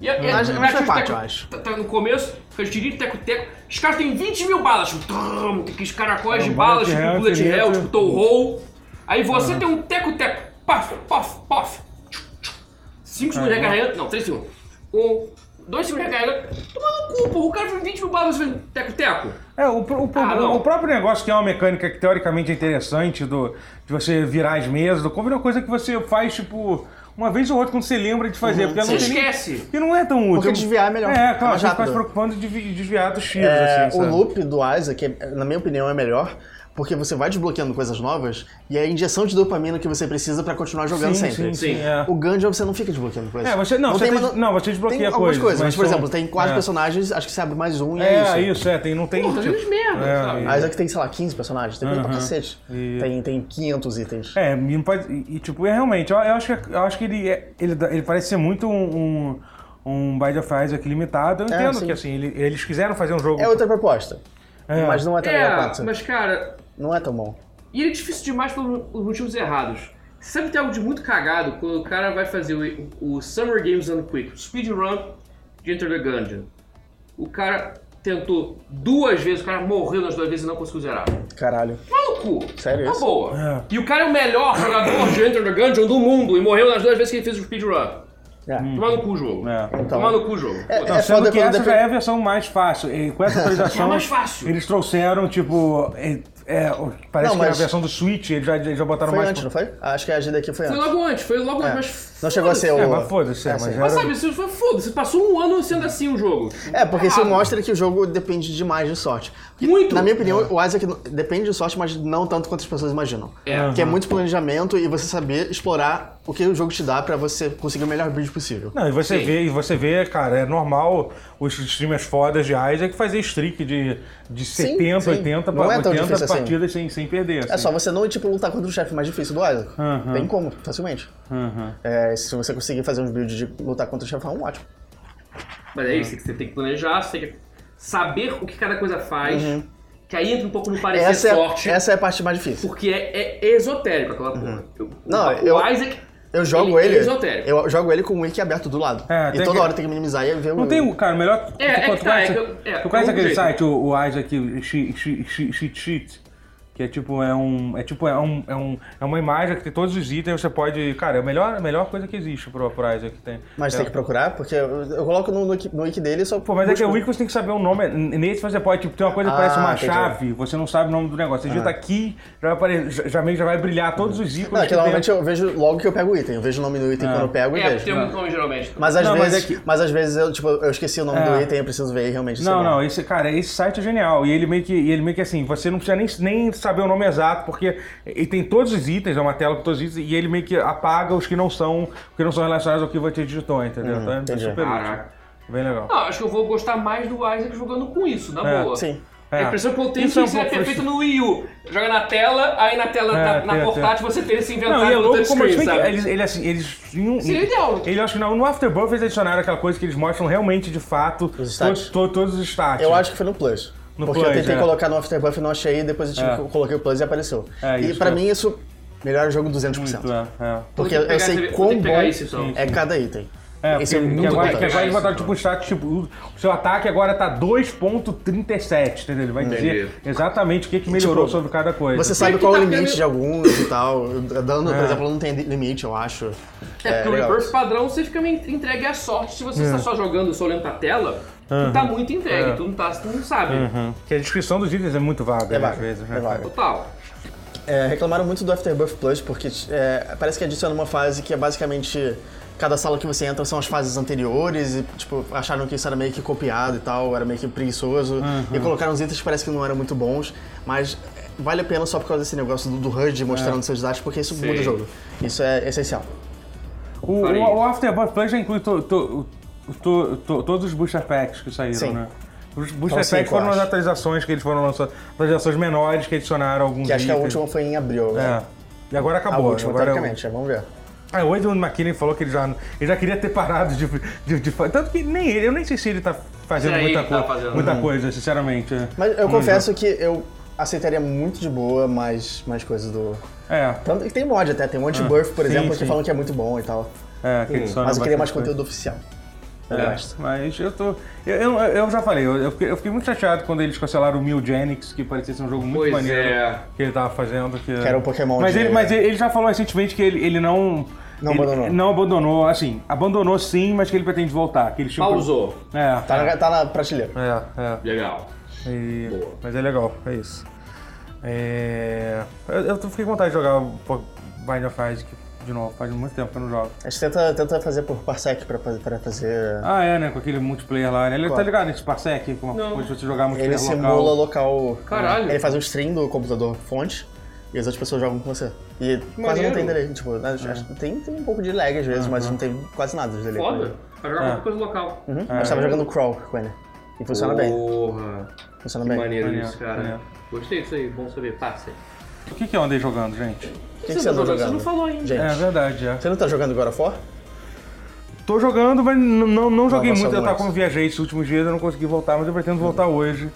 E, é, é, Mas- mas mete foi um fácil, teco- eu acho. Tá, tá no começo, fez tirinho, teco-teco. Os caras têm 20 mil balas, tipo, trum, tem aqueles caracóis de um balas, bullet tipo hell, bullet hell, infinito. tipo toe roll. Aí você tem um teco-teco, paf, paf, paf. 5 segundos de recarregando, não, 3 segundos. Um, dois segundos de recarregando. Toma no cu, porra, o cara fez 20 mil balas, fez um teco-teco. É, o, pro- o pro- Ah, não. o próprio negócio que é uma mecânica que teoricamente é interessante do, de você virar as mesas, do combo, é uma coisa que você faz, tipo, uma vez ou outra quando você lembra de fazer. porque ela Você não tem nem- esquece. Que não é tão útil. Uhum. Porque desviar é melhor. É, É claro, mais você fica se rápido. preocupando de vi- desviar dos tiros, É, assim, o sabe? loop do Isaac, é- na minha opinião, é melhor. Porque você vai desbloqueando coisas novas e é a injeção de dopamina que você precisa pra continuar jogando sim, sim, sempre. sim, Sim. é. O Gungeon você não fica desbloqueando coisas. É, você- não, você tem, tem- mas não, você desbloqueia tem algumas coisas, coisas. Mas, mas por são- exemplo, tem quatro é. personagens, acho que você abre mais um e É, é, isso. isso, é, tem, não tem... Pô, tá fazendo merda, é, sabe? e- Isaac tem, sei lá, 15 personagens, tem coisa pra Aham. cacete. E- Tem, tem 500 itens. É, e, não pode- e, e, tipo, é realmente, eu, eu acho que, eu acho que ele, é- ele, dá- ele parece ser muito um, um, um Bind of Isaac limitado. Eu É, entendo sim. que assim, ele- eles quiseram fazer um jogo. É outra proposta. É. Mas não é tão legal É, quanto. mas cara, Não é tão bom. E ele é difícil demais pelos motivos errados. Sempre tem algo de muito cagado quando o cara vai fazer o, o Summer Games on Quick, speedrun de Enter the Gungeon. O cara tentou duas vezes, o cara morreu nas duas vezes e não conseguiu zerar. Tá Caralho. Maluco! Sério Na isso? Tá boa. É. E o cara é o melhor jogador de Enter the Gungeon do mundo e morreu nas duas vezes que ele fez o speedrun. É. Tomar no cu o jogo. É. Então. Tomar no cu o jogo. Foda-se. Não, É sendo foda que quando essa depois- já é a versão mais fácil. E com essa atualização. É mais fácil. Eles trouxeram, tipo. é, É, parece Não, que mas- na versão do Switch eles já, eles já botaram Foi mais. antes, não foi? Ah, Acho que a agenda aqui foi Foi antes. logo antes, foi logo antes, É. mas. Não chegou a ser o. foda-se. É, mas foda-se, é, assim. mas já- Mas sabe, isso foi foda-se, passou um ano sendo assim o jogo. É, porque isso Errado. mostra que o jogo depende demais de sorte. Porque, Ah. Muito. Na minha opinião, É. o Isaac não- depende de sorte, mas não tanto quanto as pessoas imaginam. É. Que é muito planejamento e você saber explorar o que o jogo te dá pra você conseguir o melhor build possível. Não, e você Sim. vê, e você vê, cara, é normal os streamers fodas de Isaac fazer streak de, de Sim, 70, sim. 80, Não é tão 80 difícil assim. partidas sem, sem perder. assim. É só você não, tipo, lutar contra o chefe mais difícil do Isaac. Aham. Tem como, facilmente. É, se você conseguir fazer uns builds de lutar contra um o chefão, ótimo. Hum. Mas é isso, que você tem que planejar, você tem que saber o que cada coisa faz. Que aí entra um pouco no parecer Uhum. Essa sorte. é, essa é a parte mais difícil. Porque é, é esotérico aquela porra. Eu- Não, o, eu- o Isaac. Eu jogo ele ele. é esotérico. eu jogo ele com o wiki aberto do lado. É, e tem toda que- hora tem que minimizar e ver Não o. tem um, cara, melhor. É, é que tá, conhece, é que eu- é, tu conhece tem um aquele jeito. site, o, o Isaac Cheat Cheat- Cheat Sheet? Que é tipo, é um. É tipo, é um, é um. É uma imagem que tem todos os itens, você pode. Cara, é a melhor, a melhor coisa que existe pro, pro Isaac que tem. Mas é. tem que procurar, porque eu, eu coloco no, no, wiki- no wiki dele e só. Pô, mas é que o Wiki você tem que saber o nome. N- Nesse você pode, tipo, tem uma coisa que Ah, parece uma entendi. chave, você não sabe o nome do negócio. Você digita aqui, já vai, apare- já, já meio que já vai brilhar todos os ícones. Não, é que que tem. Ah. normalmente eu vejo logo que eu pego o item. Eu vejo o nome do item quando eu pego e É, porque tem vejo. muito nome geralmente. Mas às, Não, mas vezes, mas, é que- às vezes eu, tipo, eu esqueci o nome É. do item e eu preciso ver e realmente. sei Não, lá. não, esse, cara, esse site é genial. E ele meio que, e ele meio que assim, você não precisa nem, nem saber o nome exato, porque ele tem todos os itens, é uma tela com todos os itens, e ele meio que apaga os que não são, que não são relacionados ao que você digitou, entendeu? então é Uhum, entendi. super útil. Caraca. Bem legal. Não, acho que eu vou gostar mais do Isaac jogando com isso, na É, boa. Sim. A É. impressão que eu tenho é Isso é um que isso é pouco perfeito no Wii U. Joga na tela, aí na tela, É, na, na tem, portátil, você tem esse inventário Não, e é no louco como touchscreen, eles, têm que- sabe? eles, ele, assim, eles tinham. Seria ideal. Ele acho que não, no Afterbirth eles adicionaram aquela coisa que eles mostram realmente de fato status. todos, to- todos os status. Eu acho que foi no Plus. No porque eu Plus, tentei é. colocar no Afterbuff e não achei, e depois eu tive, É. eu coloquei o Plus e apareceu. É, e isso pra é. mim isso melhora o jogo 200%. Muito, é, é. Porque Vou ter que eu pegar sei esse- vou ter quão que bom pegar isso, então. é cada item. É, Isso é porque- muito que agora, que importante. agora eles botaram Isso, tipo status, tipo, o seu ataque agora tá 2.37, entendeu? Ele vai dizer exatamente o que, que melhorou Tipo, sobre cada coisa. Você sabe que qual é o tá limite tendo- de alguns e tal. Dando, É. por exemplo, não tem limite, eu acho. É, porque legal. o Rebirth padrão você fica meio entregue à sorte. Se É. você está só jogando, só olhando pra tela, tu tá muito entregue, tu, não tá, tu não sabe. Que a descrição dos itens é muito vaga, É às vaga, vezes. né, é vaga. cara? Total. É, reclamaram muito do Afterbirth Plus, porque é, parece que adiciona uma fase que é basicamente. Cada sala que você entra são as fases anteriores e, tipo, acharam que isso era meio que copiado e tal, era meio que preguiçoso. Uhum. E colocaram uns itens que parece que não eram muito bons, mas é, vale a pena só por causa desse negócio do, do É. HUD mostrando seus dados, porque isso muda o jogo. Isso é essencial. O, Faria. o, o Afterbirth Plus já inclui to- to- to- to- todos os booster packs que saíram, Sim. né? Os booster São packs cinco, foram as acho. atualizações que eles foram lançando, atualizações menores que adicionaram alguns Que acho que é a itens. última foi em abril, né? É. E agora A acabou. última, agora é o- teoricamente, é, vamos ver. É, o Edwin McKinnon falou que ele já, ele já queria ter parado de, de, de fa- Tanto que nem ele, eu nem sei se ele tá fazendo Será ele muita, que tá co- fazendo? muita Uhum. coisa, sinceramente. é. Mas eu confesso que eu aceitaria muito de boa mais, mais coisas do. É, Tanto que tem mod até, tem um anti-birth, por Ah. sim, exemplo, que sim. falam que é muito bom e tal. é, que ele só Uhum. Mas eu não bastante queria mais coisa. conteúdo oficial. Eu É, gosto. mas eu tô. Eu, eu, eu já falei, eu, eu fiquei, eu fiquei muito chateado quando eles cancelaram o Milgenix, que parecia ser um jogo muito Pois maneiro é. que ele tava fazendo. Que, era um Pokémon Mas, de- ele, mas ele ele já falou recentemente que ele, ele não. Não ele- abandonou. Não abandonou, assim. Abandonou sim, mas que ele pretende voltar. Que ele tinha um- Pausou. É. Tá na, tá na prateleira. É, é. Legal. E- Boa. Mas é legal, é isso. É, Eu, eu fiquei com vontade de jogar um pouco Bind of Isaac de novo, faz muito tempo que eu não jogo. A gente tenta, tenta fazer por Parsec pra, faz- pra fazer. Ah, é, né? Com aquele multiplayer lá, né? Ele Qual? tá ligado nesse Parsec? Com uma coisa de você jogar multiplayer ele local. simula local. Caralho. Ele faz um stream do computador fonte e as outras pessoas jogam com você. E quase não maneiro. tem delay. Tipo, né, acho- tem, tem um pouco de lag às vezes, mas não tem quase nada de delay. Foda. Pra É. jogar qualquer coisa local. Uhum. Mas tava jogando crawl com ele. E funciona bem. Porra. Funciona Oh, Que bem. maneiro Maneiro, isso, cara. maneiro. Gostei disso aí, bom saber. Passa aí. O que, que eu andei jogando, gente? O que, que você anda Você não jogando? falou ainda. Gente, É verdade, é. você não tá jogando God of War? Tô jogando, mas n- não, não joguei passou muito. Eu tava muito. como viajei esses últimos dias, eu não consegui voltar, mas eu pretendo voltar hoje.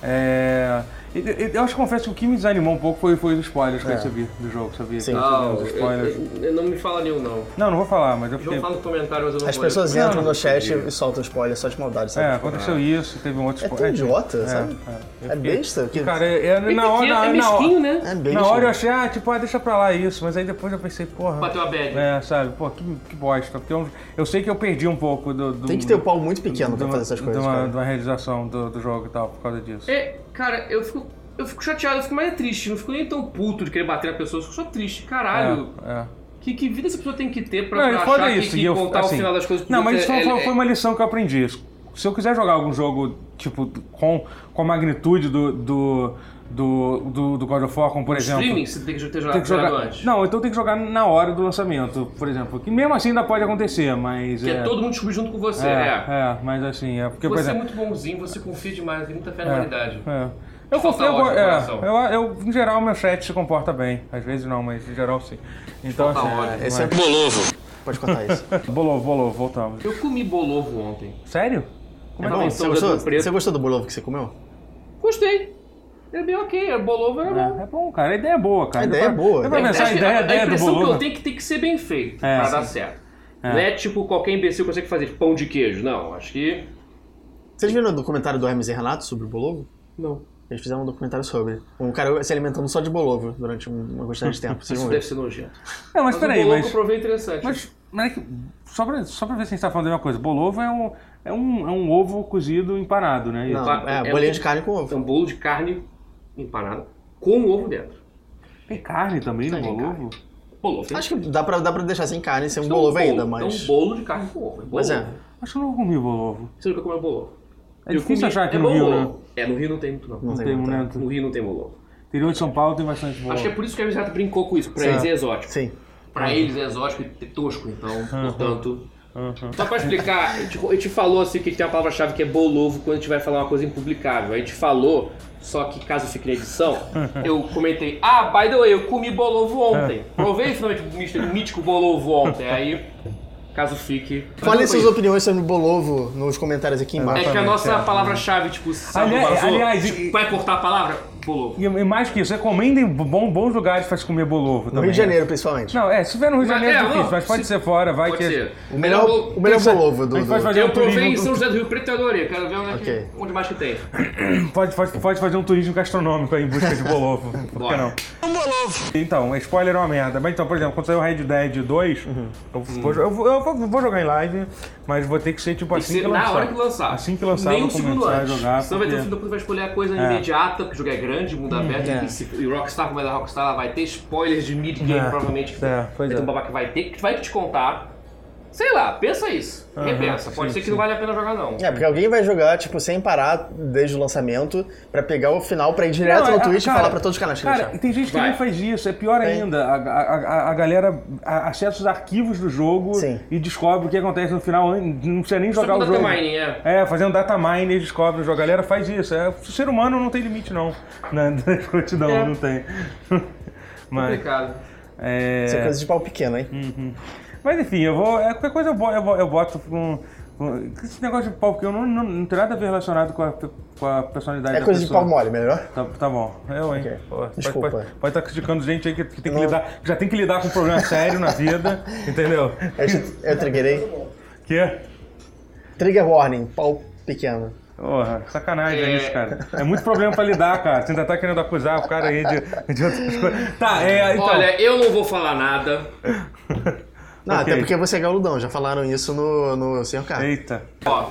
É... e- e- Eu, acho que confesso que o que me desanimou um pouco foi, foi os spoilers que eu recebi do jogo, sabia? Sim. Eu recebi Não, uns Ah, eu- spoilers. eu- eu não me fala nenhum, não. Não, não vou falar, mas eu Eu fiquei. falo no comentário, mas eu não As vou ler. pessoas entram no chat entendi. e soltam spoiler só de maldade, sabe? É, aconteceu isso, teve um outro É tão spoiler. idiota, sabe? é. É besta. Que... Cara, é- é- na hora, É, é na mesquinho, hora, É né? bem na hora eu idiota. achei, ah, tipo, ah, deixa pra lá isso, mas aí depois eu pensei, porra. Bateu a bad. É, sabe, pô, que, que bosta. Porque eu, eu sei que eu perdi um pouco do. do- Tem que ter o pau muito pequeno de pra uma- fazer essas coisas, De uma, cara. de uma realização do, do jogo e tal, por causa disso. É, É, cara, eu fico eu fico chateado, eu fico mais triste. Não fico nem tão puto de querer bater na pessoa, eu fico só triste. Caralho, É, é. que, que vida essa pessoa tem que ter pra, Não, e pra foda achar que- isso. que, e eu, contar assim, o final das coisas pro Não, mas isso outro foi, é- foi- um é- foi uma lição que eu aprendi. Se eu quiser jogar algum jogo, tipo, com, com a magnitude do, do, do, do, do God of War, como por exemplo. Streaming, você tem que ter jogado, Tem que jogar... jogado antes. Não, então tem que jogar na hora do lançamento, por exemplo. Que mesmo assim ainda pode acontecer, mas. Que é todo mundo descobrir junto com você, é, é. é, mas assim, é. Porque, por Você é exemplo. muito bonzinho, você confia demais, tem muita fé na É, humanidade. é. Eu Falta confio, eu, ódio no é, coração. eu, eu, em geral, meu chat se comporta bem. Às vezes não, mas em geral sim. Então, Falta é? assim. ódio. Esse é Bolovo. Pode contar isso. Bolou, bolou, voltamos. Eu comi bolovo ontem. Sério? Como É é Bom, você gostou? Você gostou do bolovo que você comeu? Gostei. É bem ok, é bolovo é bom. É, é bom, cara. A ideia é boa, cara. A ideia é boa. Dá pra pensar, a Assim, ideia, a ideia do impressão que bolo. eu tenho é que tem que ser bem feito É, pra sim. dar certo. Não é tipo qualquer imbecil consegue fazer pão de queijo, não. Acho que. Vocês viram o documentário do Hermes e Renato sobre o bolovo? Não. Eles fizeram um documentário sobre. Um cara se alimentando só de bolovo durante um- uma quantidade de tempo. Vocês Isso vão deve ver. ser nojento. Não, É, mas Mas o peraí, bolovo eu mas... provei interessante. Mas, mas é que, só, pra, só pra ver se a gente tá falando da mesma coisa. Bolovo é um, é um, é um ovo cozido empanado, né? Não, é, É bolinha um- de carne com É um ovo. bolo de carne empanada com ovo dentro. Tem carne também no Tem bolovo? Bolovo. tem- Acho que dá pra, dá pra deixar sem carne, sem um Isso é um bolovo ainda, bolo, É mas... um bolo de carne com ovo. É bolovo. Mas é. Acho que eu não comi bolovo. Você nunca comeu bolovo? É Eu difícil comi- achar aqui é no Rio, bolovo. né? É, no Rio não tem muito, não. Não Não tem tem muito, muito. No Rio não tem bolovo. Interior de São Paulo tem bastante bolovo. Acho que é por isso que a Misato brincou com isso. Pra Sim. eles é exótico. Sim. Pra eles é exótico e tosco, então, portanto. Só pra explicar, a gente, a gente falou assim que tem uma palavra-chave que é bolovo quando a gente vai falar uma coisa impublicável. A gente falou, só que caso fique na edição, eu comentei, ah, by the way, eu comi bolovo É. ontem. Provei finalmente o místico- o mítico bolovo ontem. Aí, caso fique. Mas Falem não foi suas isso. opiniões sobre o bolovo nos comentários aqui É embaixo. que a nossa Exatamente, é. palavra-chave, tipo, sabe, Aliás- vazou, aliás, tipo, e- vai cortar a palavra? Bolovo. E, e mais que isso, recomendem bom, bons lugares pra se comer bolovo No também. é. Rio de Janeiro, principalmente. Não, é, se tiver no Rio de Mas, Janeiro é, é, difícil, não, mas pode se- ser fora, vai Pode é que... ser. O melhor, Bolovo- o melhor bolovo do... A gente pode do- fazer um Eu provei em turismo, São José do Rio Preto e adorei. Quero ver onde, é que- Ok. onde mais que tem. Pode, pode, pode fazer um turismo gastronômico aí em busca de bolovo. Por que Bora. não? Um bolovo! Então, spoiler é uma merda. Mas então, por exemplo, quando sair o Red Dead 2, Uhum. eu, vou, eu vou- eu vou- vou jogar em live, mas vou ter que ser tipo Uhum. Tem que assim ser que na lançar. hora que lançar. Assim que lançar, Nem eu um vou segundo começar a antes. jogar. Senão vai ter porque- um Hum, filme que vai escolher a coisa imediata, porque o jogo é grande, mundo aberto, e, se- e Rockstar, como é da Rockstar, ela vai ter spoilers de mid-game, É. provavelmente. É, pois vai é. ter um babaca que vai ter, que vai te contar. Sei lá, pensa isso. Repensa. Pode ser que não vale a pena jogar, não. É, porque alguém vai jogar, tipo, sem parar desde o lançamento, pra pegar o final, pra ir direto Não, no é, Twitch cara, e falar pra todos os canais que Cara, deixaram. e tem gente que Vai. nem faz isso, é pior Tem. ainda. A, a, a- a galera a- acessa os arquivos do jogo Sim. e descobre o que acontece no final, não precisa nem Só jogar com o jogo. datamining, é. É, fazendo data mine, eles descobrem o jogo. A galera faz isso. É, o ser humano não tem limite, não. Na, na escrotidão, É. não tem. Mas, Complicado. é, Isso é coisa de pau pequeno, Hum, hein? mas enfim, eu vou. é, qualquer coisa eu, bo- eu, bo- eu boto com. com- Esse negócio de pau, porque eu não, não, não tem nada a ver relacionado com a, pe- com a personalidade É da coisa de pessoa. pau mole, melhor? Tá, tá bom, eu, hein? Ok. Pô, pode- Desculpa. Pode estar criticando gente aí que, que tem que lidar, que já tem que lidar com um problema sério na vida, entendeu? Eu, eu triggerei. Que? Trigger warning, pau pequeno. Porra, sacanagem É. isso, cara. É muito problema pra lidar, cara. Você ainda tá querendo acusar o cara aí de, de outras coisas. Tá, é, então. Olha, eu não vou falar nada. Não, Ok. até porque você é galudão, já falaram isso no, no Senhor K. Eita. Ó.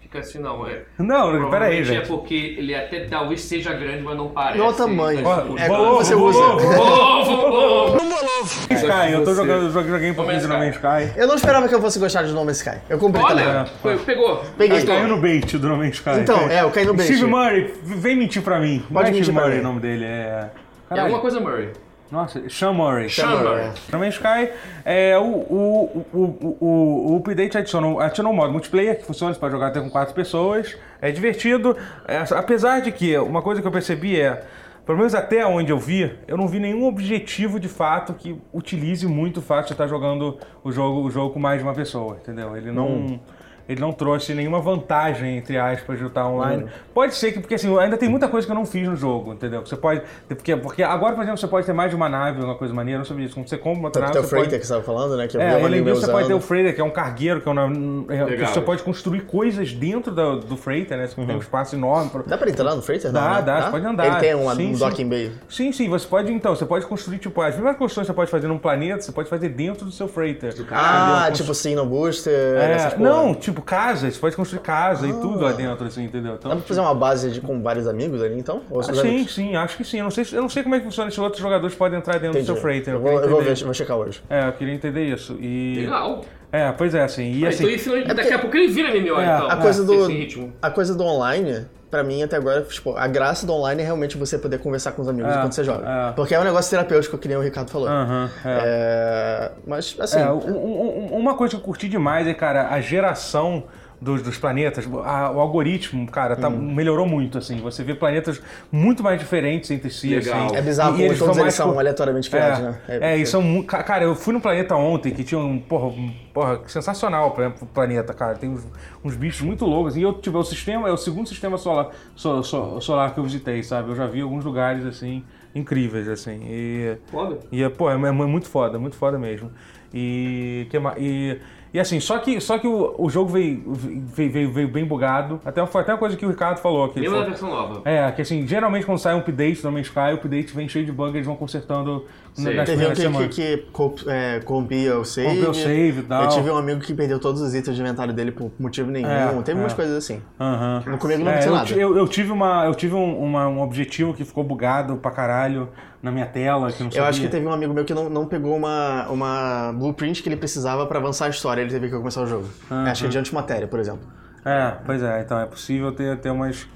Fica assim, não. É. Não, peraí, Provavelmente é gente. porque ele até talvez seja grande, mas não parece. Não é o tamanho. Mas- Ó, bolovo, É como você usa. bolovo. Ovo, ovo. Sky, eu tô você- jogando, joguei, joguei um pouquinho de No No Man's Man's Sky. Eu não esperava que eu fosse gostar de No Man's Sky. Eu comprei também. Olha, foi- pegou. Peguei. Gastou. Caiu no bait do No Man's Sky. Então, é, eu caí no bait. Steve Murray, vem mentir pra mim. Não é mentir Steve pra Murray mim. o nome dele, é... É Caralho. alguma coisa Murray. Nossa, Sean Murray. Chamber. é. No Man's Sky, é, o, o, o, o, o update adicionou, adicionou um modo multiplayer que funciona, você pode jogar até com quatro pessoas. É divertido. É, apesar de que, uma coisa que eu percebi é, pelo menos até onde eu vi, eu não vi nenhum objetivo de fato que utilize muito o fato de você estar jogando o jogo, o jogo com mais de uma pessoa, entendeu? Ele não. Ele não trouxe nenhuma vantagem, entre aspas, de estar online. Pode ser que, porque assim, ainda tem muita coisa que eu não fiz no jogo, entendeu? Você pode. Porque, porque agora, por exemplo, você pode ter mais de uma nave, alguma coisa maneira, eu não sabia disso. Quando você compra uma nave, Até Tá, o você pode- Freighter que você tava falando, né? Que eu vi é, uma além anime disso, você pode ter o usando. Freighter, que é um cargueiro, que é um. é, que Legal. você pode construir coisas dentro da- do Freighter, né? Você tem Uhum. um espaço enorme. Pra... Dá pra entrar lá no Freighter? Dá, não, né? dá, você pode andar. Ele tem uma- Sim, Ah, um sim. docking bay. Sim, sim, você pode, então, você pode construir, tipo, as mesmas construções que você pode fazer num planeta, você pode fazer dentro do seu Freighter. Ah, tipo Signal Booster, um É, ah, essas porra. não, tipo, tipo casa, você pode construir casa e tudo lá dentro, assim, entendeu? Então, Ah. Dá pra fazer uma base de- com vários amigos ali, então? Ou você Ah, vai- Sim, sim, acho que sim. Eu não sei, se- eu não sei como é que funciona se outros jogadores podem entrar dentro Entendi. do seu freighter. Eu queria vou, eu vou entender. ver, vou checar hoje. É, eu queria entender isso. E. Legal. É, pois é, assim. E Ah, assim. então ele finalmente- daqui a pouco ele vira MMO, É, então. a A coisa esse- do, esse ritmo. a coisa do online, pra mim até agora, tipo, a graça do online é realmente você poder conversar com os amigos É, enquanto você joga. é. Porque é um negócio terapêutico, que nem o Ricardo falou. Aham, é. É, mas, assim, É, um- um- um- uma coisa que eu curti demais é, cara, a geração dos, dos planetas, a- o algoritmo, cara, tá- Hum. melhorou muito, assim. Você vê planetas muito mais diferentes entre si, Legal. assim. é bizarro E como todos são eles mais são co- aleatoriamente criados, né? É, é, e são mu- ca- Cara, eu fui no planeta ontem que tinha um. Porra, um- porra sensacional pra- pro planeta, cara. Tem uns, uns bichos muito loucos. E eu tive o sistema, é o segundo sistema solar, so- so- solar que eu visitei, sabe? Eu já vi alguns lugares, assim, incríveis, assim. E. Foda. E, é, pô, é, é muito foda, muito foda mesmo. E, que ma- e, e assim, só que, só que o, o jogo veio, veio, veio, veio bem bugado. Até, foi até uma coisa que o Ricardo falou. Que ele Mesmo na falou- versão nova. é, que assim, geralmente quando sai um update do No Man's Sky, o update vem cheio de bugs, eles vão consertando Sei. nas Teve um primeiras que, que, semanas. que corrompia é, corrompia o save. Corrompia o save e tal. Eu tive um amigo que perdeu todos os itens de inventário dele por motivo nenhum. É, Teve umas é. coisas assim. Aham. Comigo não É, aconteceu eu, nada. ti- eu, eu tive, uma, eu tive um, uma- um objetivo que ficou bugado pra caralho na minha tela, que não Eu sabia. acho que teve um amigo meu que não, não pegou uma, uma blueprint que ele precisava pra avançar a história, ele teve que começar o jogo. É, Acho que de antimatéria, por exemplo. É, pois é, então é possível ter, ter umas.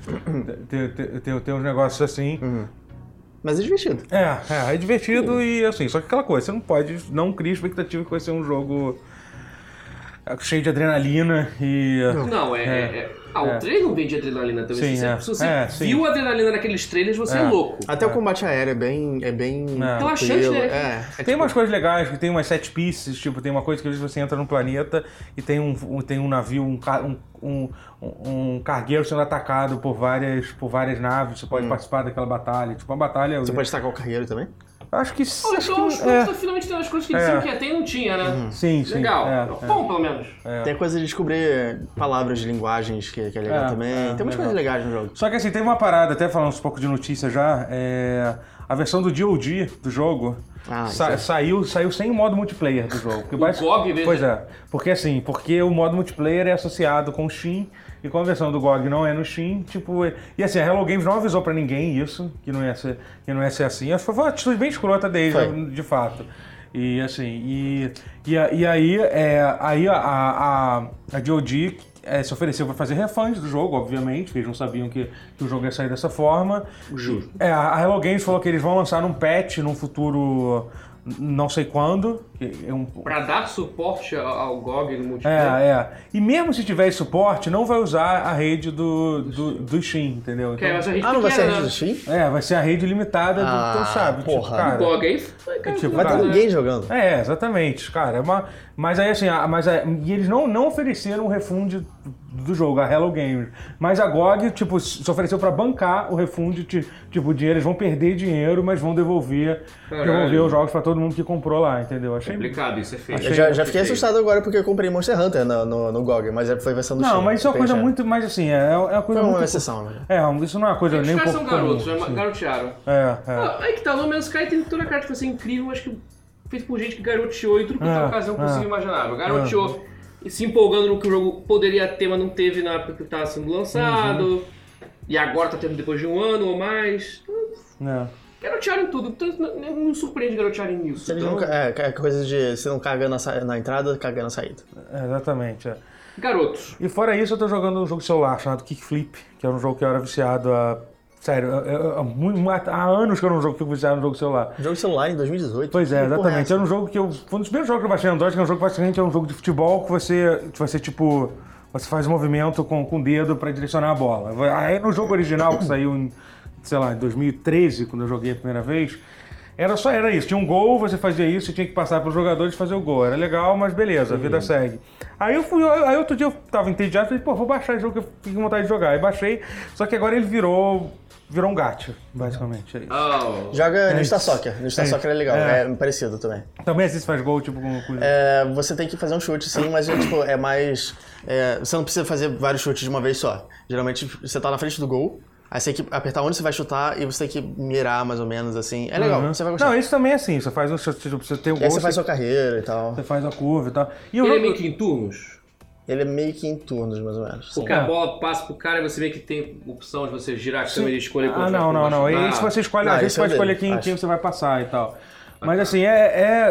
ter, ter, ter, ter uns negócios assim. Uhum. Mas é divertido. É, é, é divertido e assim, só que aquela coisa, você não pode, não cria expectativa que vai ser um jogo é, cheio de adrenalina e. Não, é. é, é- Ah, o É. trailer não vende adrenalina também. Sim, se você, é. se você É, sim. viu a adrenalina naqueles trailers, você é, É. louco. Até o combate aéreo é bem. É bem. Relaxante, tranquilo. né? É. é Tem tipo- umas coisas legais, que tem umas set pieces, tipo, tem uma coisa que às vezes você entra num planeta e tem um, um- tem um navio, um, ca- um, um, um- um cargueiro sendo atacado por várias, por várias naves, você pode participar daquela batalha. Tipo, uma batalha. Hum. Você pode destacar o carreiro também? Acho que. Olha acho só, que- os é, é. finalmente tem umas coisas que diziam É. que ia ter e não tinha, né? Sim, sim. Legal. é, é. Bom, pelo menos. Tem a coisa de descobrir palavras de linguagens que, que é legal É, também. é, Tem umas legal. coisas legais no jogo. Só que assim, teve uma parada, até falando um pouco de notícia já, é, a versão do DOD do jogo Ah, sa- isso é. saiu, saiu sem o modo multiplayer do jogo. Porque o GOG mesmo. Pois é, porque assim, porque o modo multiplayer é associado com o Steam, e como a versão do GOG não é no Steam, tipo... é- E assim, a Hello Games não avisou pra ninguém isso, que não ia ser, que não ia ser assim. Acho que foi uma atitude bem escrota deles, Foi. né, de fato. E assim, e, e, a- e aí, é, aí a, a, a- a DOD é, se ofereceu para fazer refund do jogo, obviamente, porque eles não sabiam que, que o jogo ia sair dessa forma. Justo. É, a Hello Games falou que eles vão lançar um patch num futuro n- não sei quando. que é um- Pra dar suporte ao, ao GOG no é, multiplayer. é. E mesmo se tiver esse suporte, não vai usar a rede do, do, do Steam, entendeu? Que aí vai Então, ser gente Ah, não vai ser a pequena, rede né? do Steam? é, vai ser a rede limitada do. Ah, então, sabe? porra. cara, GOG aí. foi, cara, tipo, Vai ter Cara. ninguém jogando. é, exatamente, cara. É uma- mas aí assim, a- mas a- e eles não, não ofereceram o refund do jogo, a Hello Games. Mas a GOG, tipo, se ofereceu pra bancar o refund, ti- tipo, dinheiro, eles vão perder dinheiro, mas vão devolver, Caralho. devolver os jogos pra todo mundo que comprou lá, entendeu? Achei Complicado, isso é feio. Eu já, já fiquei assustado agora porque eu comprei Monster Hunter no, no, no GOG, mas é- foi versão do Steam. Não, mas isso é uma tem coisa chance. muito. Mas assim, é, é uma coisa Foi uma muito. exceção, né? É, isso não é uma coisa Os nem um caras pouco. são garotos, comum, né? assim. garotearam. É, é. Ah, aí que tá, No Man's Sky tem toda a característica incrível, mas que feito por gente que garoteou e tudo quanto é É, ocasião é. possível e imaginável. Garoteou e se empolgando no que o jogo poderia ter, mas não teve na época que tava sendo lançado. Uhum. E agora tá tendo depois de um ano ou mais. é. Garotearam em tudo, portanto não, não surpreende garotearem nisso. Eles Então, não, ca- é, ca- coisa de você não caga na, sa- na entrada, caga na saída. É, Exatamente. é. Garotos. E fora isso, eu tô jogando um jogo de celular chamado Kickflip, que é um jogo que eu era viciado há. Sério, eu- eu- há mu- há há anos que eu não jogo, fico viciado no jogo de celular. Jogo de celular em 2018. Pois é, Que porra exatamente. essa? Era um jogo que eu. Foi um dos primeiros jogos que eu baixei no Android, que é um jogo que basicamente é um jogo de futebol que você. Que você tipo. Você faz um movimento com, com o dedo pra direcionar a bola. Aí no jogo original, que saiu em, sei lá, em 2013, quando eu joguei a primeira vez, era só era isso. Tinha um gol, você fazia isso, você tinha que passar pelos jogadores e fazer o gol. Era legal, mas beleza, a vida segue. Aí eu fui, aí outro dia eu tava entediado, falei, pô, vou baixar esse jogo que eu fiquei com vontade de jogar. Aí baixei, só que agora ele virou. virou um gacha, basicamente. É isso. Oh. Joga no isso. Star Soccer. No Star É Soccer é legal, É. é, parecido também. Também assim você faz gol, tipo, com. com... É, você tem que fazer um chute, sim, mas é, tipo, é mais. é, você não precisa fazer vários chutes de uma vez só. Geralmente você tá na frente do gol, aí você tem que apertar onde você vai chutar e você tem que mirar mais ou menos assim. É legal, Uhum. você vai gostar. Não, isso também é assim. Você faz um chute, tipo, você tem um E aí gol, você você, faz sua carreira e tal. você faz a curva e tal. E o Ele é jogo- meio que em turnos? Ele é meio que em turnos, mais ou menos. Porque a bola passa pro cara e você vê que tem opção de você girar a câmera e escolher Ah, qual não, não, não. E Isso você escolhe, Não, a gente isso é pode escolher dele, quem, acho. quem você vai passar e tal. Ah, Mas tá. assim, é,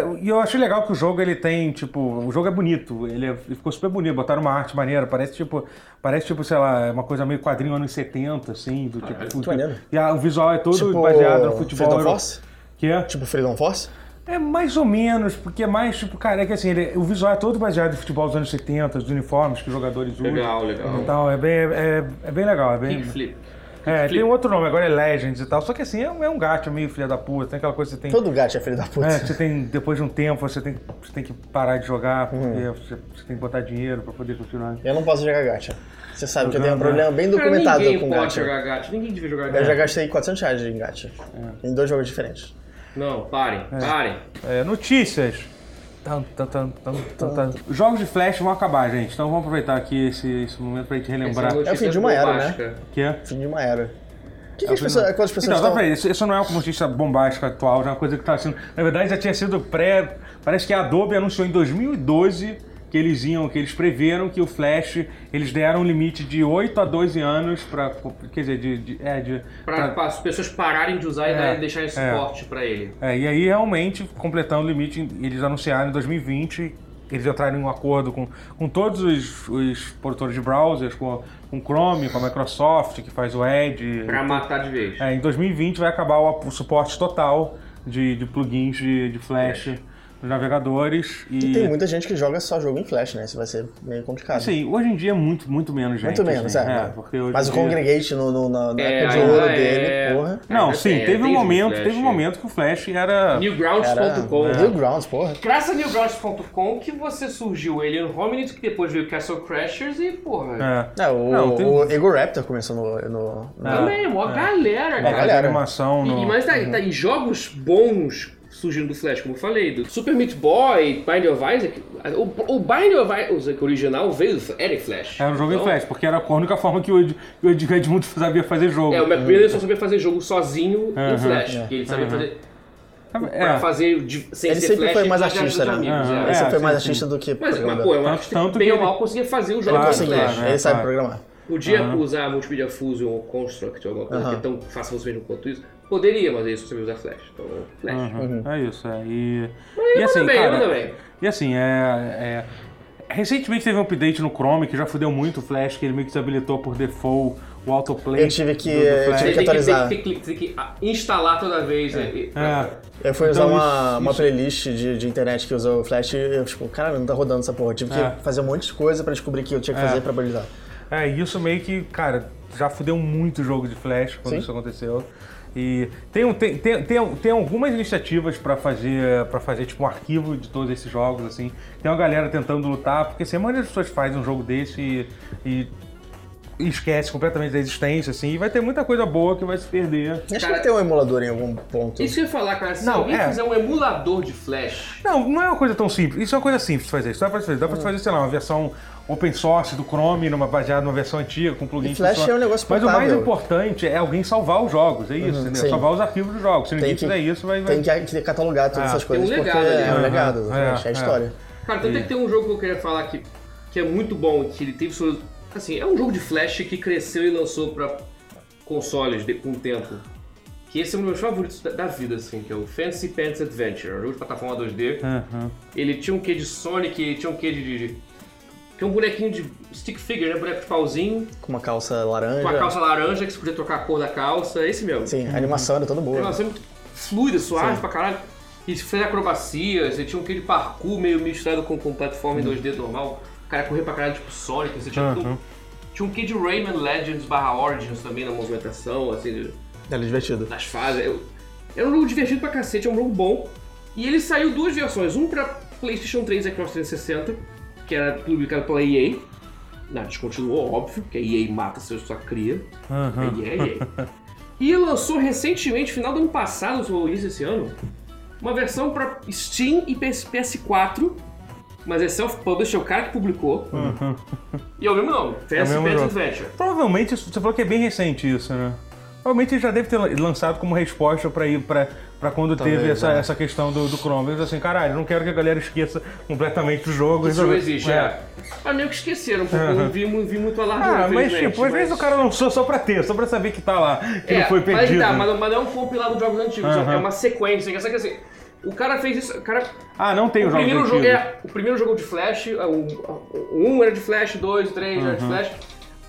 é- E eu achei legal que o jogo ele tem, tipo, o jogo é bonito, ele, é- ele ficou super bonito, botaram uma arte maneira, parece tipo, parece tipo, sei lá, uma coisa meio quadrinho anos 70, assim, do tipo. fute- maneiro. e a- o visual é todo Tipo, baseado no futebol. Freedom euro- Force? Que é? Tipo Freedom Force? É mais ou menos, porque é mais, tipo, cara, é que assim, ele- o visual é todo baseado no futebol dos anos 70, dos uniformes que os jogadores usam. Ah, Legal, legal. Então, é bem, é, é bem legal, é bem. King Flip. É, Flip. tem um outro nome, agora é Legends e tal. Só que assim, é um, é um gato meio filha da puta, tem aquela coisa que você tem. Todo gato é filho da puta. É, que você tem. Depois de um tempo, você tem, você tem que parar de jogar, porque você, você tem que botar dinheiro pra poder continuar. Eu não posso jogar gacha. Você sabe que eu tenho um Jogando, problema bem Cara, documentado ninguém com É. pode gacha. jogar gato. Ninguém devia jogar Eu gato. já gastei 400 reais em gacha. É. Em dois jogos diferentes. Não, parem, parem. É, notícias. Tan, tan, tan, tan, tan, tan. Os Jogos de Flash vão acabar, gente. Então vamos aproveitar aqui esse, esse momento pra gente relembrar. Essa É o fim de notícia uma era, bombástica. Que é. Fim de uma era. O que, que as pessoas, aquelas então, pessoas só estão... pra isso, isso não é uma notícia bombástica atual, já é uma coisa que tá sendo. Na verdade, já tinha sido pré. Parece que a Adobe anunciou em 2012 que eles iam, que eles preveram que o Flash, eles deram um limite de 8 a 12 anos pra. Quer dizer, de. de- é, de Pra, pra as pessoas pararem de usar e dar- deixarem esse é. suporte pra ele. É, e aí realmente, completando o limite, eles anunciaram em 2020, eles entraram em um acordo com, com todos os, os produtores de browsers, com, com o Chrome, com a Microsoft, que faz o Edge. Pra matar de vez. É, em 2020 vai acabar o, o suporte total de, de plugins de, de Flash nos navegadores. E, Tem né? muita gente que joga só jogo em Flash, né? Isso vai ser meio complicado. Sim, hoje em dia é muito, muito menos gente. Muito menos, assim, é. é, porque hoje Mas em o dia- Congregate no, no- na na É, época de ainda ouro é- dele, porra. Não, Ainda sim, tem, teve um tem momento, é, Flash. teve um momento que o Flash era... Newgrounds.com. É. Newgrounds, porra. Graças a newgrounds.com que você surgiu o Alien Hominid, que depois veio Castle Crashers e, porra. É. É, o, Não, teve- o Ego Raptor começou no... no, no- Também, mó É. Uma galera, cara. galera. galera. animação no... E, mas tá, tá em jogos bons surgindo do Flash, como eu falei, do Super Meat Boy, Bind of Isaac. O, o Bind of Isaac original veio do era em Flash. Era um jogo em Então, Flash, porque era a única forma que o Ed- que o Ed- Edmundo sabia fazer jogo. É, o McMillan só sabia fazer jogo sozinho Aham, em Flash. é. que ele sabia fazer. Pra É, fazer de, sem Ele ser sempre Flash, foi mais ele fazia artista, dos né? amigos, Aham, é. Ele sempre foi sim, mais sim. artista do que Mas, mas, programador. pô, é um Tanto- artista tanto que bem que ou ele- mal conseguia fazer o jogo Claro, em Assim, Flash. claro, é. ele sabe claro. programar. Podia usar Multimedia Fusion ou Construct, alguma coisa que é tão fácil você mesmo quanto isso. Poderia, mas ele só sabia usar Flash. Então, Flash. Uhum, É isso, é. E, assim, manda bem, manda bem. E assim, é, é- Recentemente teve um update no Chrome que já fudeu muito o Flash, que ele meio que desabilitou por default o autoplay. Eu tive que- do- do eu Flash. tive Você tem que, atualizar. tem que- tem que- tem que, ah, instalar toda vez. né? E- É. Eu fui Então, usar uma, isso- uma isso- playlist de, de internet que usou o Flash e eu, tipo, caralho, não tá rodando essa porra. Eu tive É. que fazer um monte de coisa pra descobrir que eu tinha que fazer pra habilitar. É, e isso meio que, cara, já fudeu muito o jogo de Flash quando Sim. isso aconteceu. E tem, um- tem, tem, tem, tem algumas iniciativas pra fazer para fazer tipo um arquivo de todos esses jogos, assim. Tem uma galera tentando lutar, porque assim, a maioria das pessoas faz um jogo desse e, e- e esquece completamente da existência, assim, e vai ter muita coisa boa que vai se perder. Acho que Cara- vai ter um emulador em algum ponto. Isso que eu ia falar, cara. Se Não, alguém é. fizer um emulador de Flash, Não, não é uma coisa tão simples. Isso é uma coisa simples de fazer. Isso dá pra fazer. Dá É. pra fazer, sei lá, uma versão open source do Chrome, numa, baseada numa versão antiga, com plugin. E Flash funciona. é um negócio Mas o mais portável. importante é alguém salvar os jogos, é isso, entendeu? sim. Salvar os arquivos dos jogos. Se ninguém Tem que, fizer né? isso, vai. vai... tem que- que catalogar todas essas um coisas, porque legado ali, é um né? legado, Uhum. exatamente, É, é, a história. Cara, tanto é que tem um jogo que eu queria falar que, que é muito bom, que ele teve sua. Assim, é um jogo de Flash que cresceu e lançou pra consoles de- com o tempo. Que esse é um dos meus favoritos da, da vida, assim, que é o Fancy Pants Adventure, um jogo de plataforma 2D. Aham. Ele tinha um quê de Sonic, ele tinha um quê de. de, de que é um bonequinho de stick figure, né? Boneco de pauzinho, Com uma calça laranja. com É a calça laranja, que você podia trocar a cor da calça, é esse mesmo. Sim, a animação era toda boa. Uma animação muito fluida, suave pra caralho. E você fez acrobacias, você tinha aquele parkour meio misturado com, com plataforma em 2D normal. O cara corria pra caralho, tipo Sonic, você tinha tudo. Tinha um Kid Rayman Legends barra Origins também na movimentação, assim, de- Era É divertido. nas fases. Eu- Era um jogo divertido pra cacete, é um jogo bom. E ele saiu duas versões, um pra Playstation 3 e Xbox 360, que era publicado pela EA. Não, descontinuou, óbvio, porque a EA mata sua, sua cria. é A EA, EA. E lançou recentemente, final do ano passado, ou início desse ano, uma versão pra Steam e PS- PS4, mas é self-published, é o cara que publicou. E é o mesmo nome, PS mesmo Pets jogo. Adventure. Provavelmente isso- você falou que é bem recente isso, né? Provavelmente ele já deve ter lançado como resposta pra ir pra, pra quando Talvez, teve essa, é. essa questão do, do Chrome. Eles assim, caralho, não quero que a galera esqueça completamente do jogo. Isso não Resolve- existe, é. Mas meio que esqueceram, porque eu não vi, mu- vi muito alarme. Ah, mas tipo, às vezes o cara lançou só pra ter, só pra saber que tá lá, que não foi Mas, aí perdido. né? tá, mas, mas não foi um pilar dos jogos antigos, Aham. é uma sequência. Só que assim, o cara fez isso. O cara Ah, não tem O os jogos primeiro jogo antigos. é o primeiro jogo de Flash, é o 1 um era de Flash, 2, 3 era de Flash.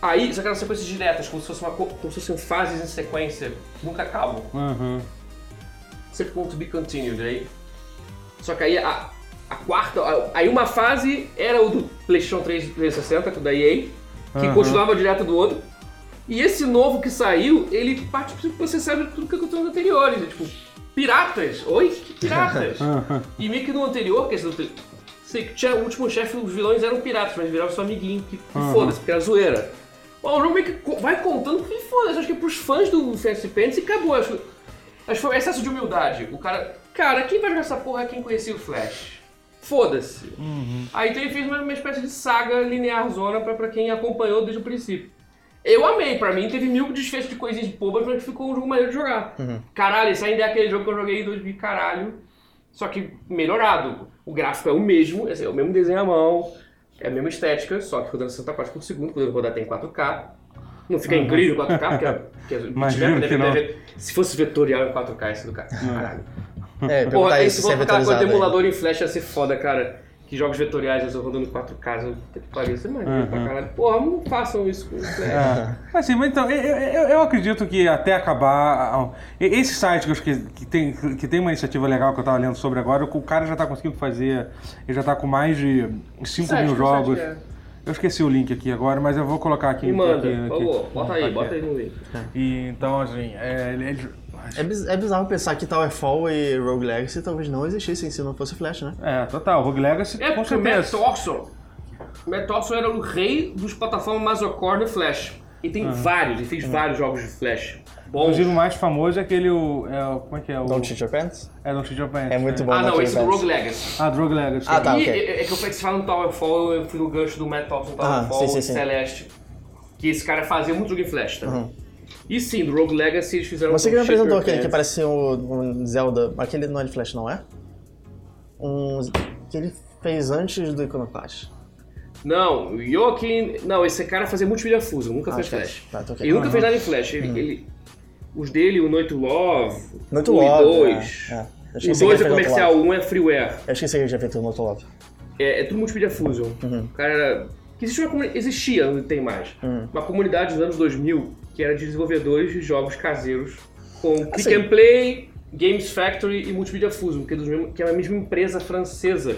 Aí, só que eram sequências diretas, como se fosse uma co- como se fossem fases em sequência, que nunca acabam. Uhum. Sempre com to be continued, aí. Só que aí a, a quarta, a- aí uma fase era o do PlayStation 3 360, que é da EA, que Aham. continuava direto do outro. E esse novo que saiu, ele parte pro você sabe tudo que aconteceu nos anteriores, né? tipo, piratas, oi? Piratas. Ah, E meio que no anterior, que esse do. Sei que tinha o último chefe, os vilões eram piratas, mas viraram seu amiguinho, que, que foda-se, porque era zoeira. Mas o jogo meio que co- vai contando que foda-se, acho que é pros fãs do Fantasy Pants e acabou. Acho, acho que foi um excesso de humildade. O cara. Cara, quem vai jogar essa porra é quem conhecia o Flash. Foda-se. Aí então ele fez uma, uma espécie de saga linear zona pra, pra quem acompanhou desde o princípio. Eu amei, pra mim teve mil desfechos de coisinhas bobas, mas ficou um jogo maneiro de jogar. Uhum. Caralho, esse ainda é aquele jogo que eu joguei em 2000, caralho. Só que melhorado. O gráfico é o mesmo, é assim, é o mesmo desenho à mão, é a mesma estética, só que rodando 60 quadros por segundo, quando eu rodar tem 4K. Não fica incrível 4K, porque, é- porque é- Uhum. Imagino deve- que não. Uhum. deve- se fosse vetorial em 4K, esse do cara. Caralho. É, perguntar Porra, aí isso, se se for é ficar com o vetorizado. aí. emulador em flash ia ser foda, cara. Que jogos vetoriais eu rodando em 4K, eu- puta que pariu, isso é maneiro pra caralho. Porra, não façam isso com o flash. Mas assim, mas então, eu, eu- eu acredito que até acabar. ah, Esse site que, eu esque- que, tem, que tem uma iniciativa legal que eu tava lendo sobre agora, o cara já tá conseguindo fazer. Ele já tá com mais de 5 Site, mil que jogos. site que Eu esqueci o link aqui agora, mas eu vou colocar aqui. Me manda, Um aqui, aqui. por favor, bota aí, Aqui. bota aí no link. É, E, então, assim, é, ele- ele- É, biz- é bizarro pensar que Towerfall e Rogue Legacy talvez não existissem se não fosse Flash, né? é, total, Rogue Legacy, É com porque o Matt certeza. Thorson, o Matt Thorson era o rei dos plataformas Masocore no Flash. E tem vários, ele fez vários jogos de Flash. Bom, Inclusive, o mais famoso é aquele. o- É, o- como é que é? O, Don't Cheat Your Pants? é Don't Cheat Your Pants, É muito né? bom. ah não, Don't esse é Cheat do Your Rogue Legacy. Ah, Rogue Legacy. Ah, tá. e ok. é, é que eu falei que você fala no Towerfall, eu fui no gancho do Matt Thorson, Towerfall Ah, sim, sim, sim. Celeste. Que esse cara fazia muito jogo em Flash também. E sim, do Rogue Legacy eles fizeram Uhum. Você que me um Shaper apresentou aquele que Pants. parece um, um Zelda. Aquele não é de Flash, não é? Um. que ele fez antes do Iconoclast. Não, o Joaquim. Não, esse cara fazia multimídia fuso, nunca fez tá. Flash. Tá, tá, ok. Ele nunca Uhum. fez nada em Flash. Ele, ele- os dele, o Noite Love, Noite o Love, é, é. e Eu 2. O esqueci 2 que é ele fez Noite comercial, o 1 é freeware. Eu esqueci que ele já fez tudo no outro lado. É, é tudo multimídia fusion. Uhum. O cara era. Que existia, uma, comuni- existia, não tem mais. Uhum. Uma comunidade dos anos 2000 que era de desenvolvedores de jogos caseiros com Click Assim. and Play, Games Factory e Multimídia Fusion, que é, dos mesmo- que é a mesma empresa francesa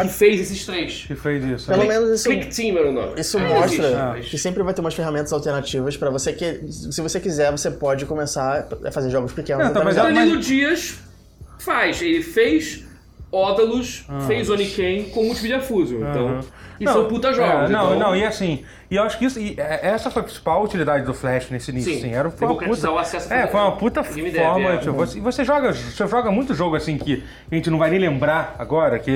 que fez esses três. Que fez isso. Ah. Pelo né? menos é um isso. Click Team era o nome. Isso Ainda existe, é um Ah. mostra mas- que sempre vai ter umas ferramentas alternativas pra você que, se você quiser, você pode começar a fazer jogos pequenos. Não, tá, até mas melhor. ela- Danilo Dias faz. Ele fez Ódalus, Ah, fez Oniken com Multimídia Fusion. Então, e são puta jogos. é, não, então, não, e assim, e eu acho que isso, e, é, essa foi a principal utilidade do Flash nesse início, Sim, assim, era foi uma democratizar puta, o acesso né? É, ao- foi uma puta ao game dev, forma, é. tipo, você, você joga, você joga muito jogo assim que a gente não vai nem lembrar agora, que,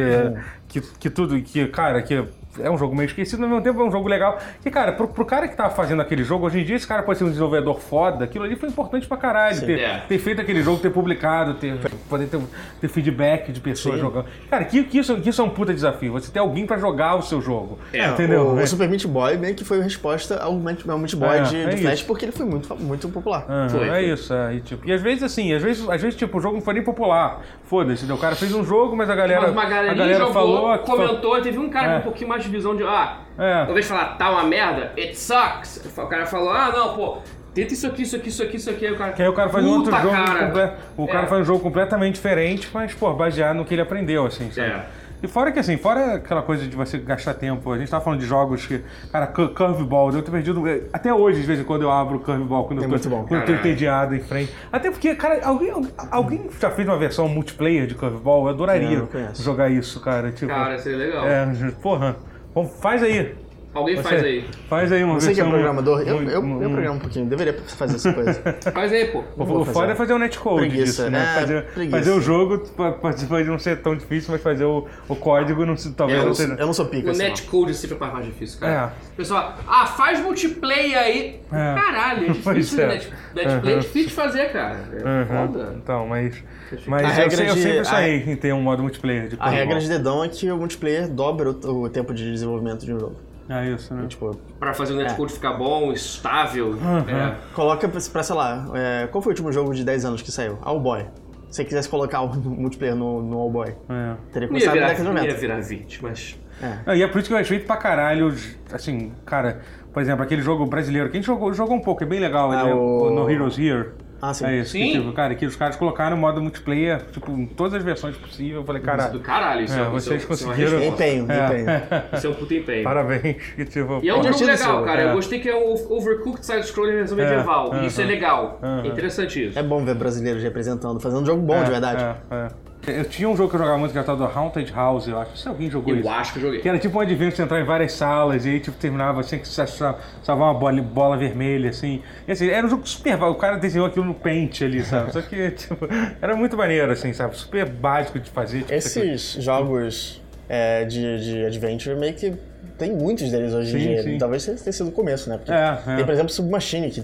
que, que tudo, que, cara, que é um jogo meio esquecido, mas ao mesmo tempo é um jogo legal. E, cara, pro, pro cara que tá fazendo aquele jogo, hoje em dia esse cara pode ser um desenvolvedor foda, aquilo ali foi importante pra caralho, ter, É. ter feito aquele jogo, ter publicado, ter, poder ter, ter feedback de pessoas jogando. Cara, que, que, isso, que isso é um puta desafio, você ter alguém pra jogar o seu jogo, É, entendeu? O, É. o Super Meat Boy meio que foi a resposta ao Meat, ao Meat Boy É, de, é do isso. Flash, porque ele foi muito, fa- muito popular. Aham, Foi, é foi. isso, é. E, tipo, e às vezes assim, às vezes, às vezes tipo, o jogo não foi nem popular. Foda-se, entendeu? o cara fez um jogo, mas a galera, Mas uma a galerinha galera jogou, falou, comentou, e teve um cara É. com um pouquinho mais de visão de, ah, É. ao invés de falar, tá uma merda, it sucks. O cara falou, ah, não, pô, tenta isso aqui, isso aqui, isso aqui, isso aqui. Aí o cara, que aí o cara faz um outro "Puta, jogo, cara." comple- o cara É. faz um jogo completamente diferente, mas pô, baseado no que ele aprendeu, assim, sabe? É. E fora que assim, fora aquela coisa de você gastar tempo, a gente tava falando de jogos que, cara, cur- curveball, eu tô perdido, eh, até hoje de vez em quando eu abro o curveball quando eu tô, É muito bom. quando eu tô Caralho. entediado em frente. Até porque, cara, alguém, alguém já fez uma versão multiplayer de curveball? Eu adoraria Não, não É, conheço. é jogar isso, cara, tipo, Cara, isso é legal. É, porra. Bom, faz aí. Alguém Você- faz aí. Faz aí uma Você que é versão- programador, eu, um- eu, um- eu programo um pouquinho, deveria fazer essa coisa. Faz aí, pô. O, vou o foda fazer. um é fazer o netcode Preguiça, disso, né? né? fazer, Preguiça. fazer o jogo pa- pode, pode não ser tão difícil, mas fazer o, o código não se, talvez Eu não não, sou- seja. eu não sou pica, O assim, não. netcode é sempre é a parte mais difícil, cara. Pessoal, ah, faz multiplayer aí. É. Caralho, é Pois difícil é. é. net, netplay, é Uhum. difícil de fazer, cara. É Aham, foda. Então, mas. A Mas eu, regra sei- eu de- sempre a- saí em ter um modo multiplayer de A regra de de... dedão é que o multiplayer dobra o, o tempo de desenvolvimento de um jogo. É isso, né? Tipo, Pra fazer o netcode ficar bom, estável. É. coloca pra, pra, sei lá, é, qual foi o último jogo de 10 anos que saiu? All Boy. Se você quisesse colocar o multiplayer no, no All Boy, É. teria Não começado ia, na virar, década de não ia 90. virar 20, mas. Ah, E é por isso que eu achei pra caralho, assim, cara, por exemplo, aquele jogo brasileiro, quem jogou, jogou um pouco, é bem legal, Ah, ele é o- no Heroes Here. Ah, sim. É isso, que, Sim. tipo, cara, que os caras colocaram modo multiplayer, tipo, em todas as versões possíveis, eu falei, Do caralho, caralho, isso É, é, isso é- vocês isso é uma conseguiram- resposta. Empenho, É. empenho. Isso é um puto empenho. parabéns, que tipo, E é um pô, jogo Divertido esse legal, jogo, cara. é. Eu gostei que é um overcooked side-scroller em versão É, medieval. aham. Isso é legal. Aham. É interessante isso. É bom ver brasileiros representando, fazendo um jogo bom de é, verdade. é, é. Eu tinha um jogo que eu jogava muito que era tal do Haunted House, eu acho, se alguém jogou Eu isso. acho que eu joguei. Que era tipo um adventure, você entrar em várias salas e aí tipo, terminava, tinha que sa- sa- salvar uma bola, bola vermelha, assim. E, assim, Era um jogo super. va- O cara desenhou aquilo no paint ali, sabe? Só que, tipo, era muito maneiro, assim, sabe? Super básico de fazer. Tipo, isso aqui. Esses jogos é, de, de adventure meio que tem muitos deles hoje em Sim, dia. sim. Talvez tenha sido o começo, né? Porque É, é. tem, por exemplo, Submachine, que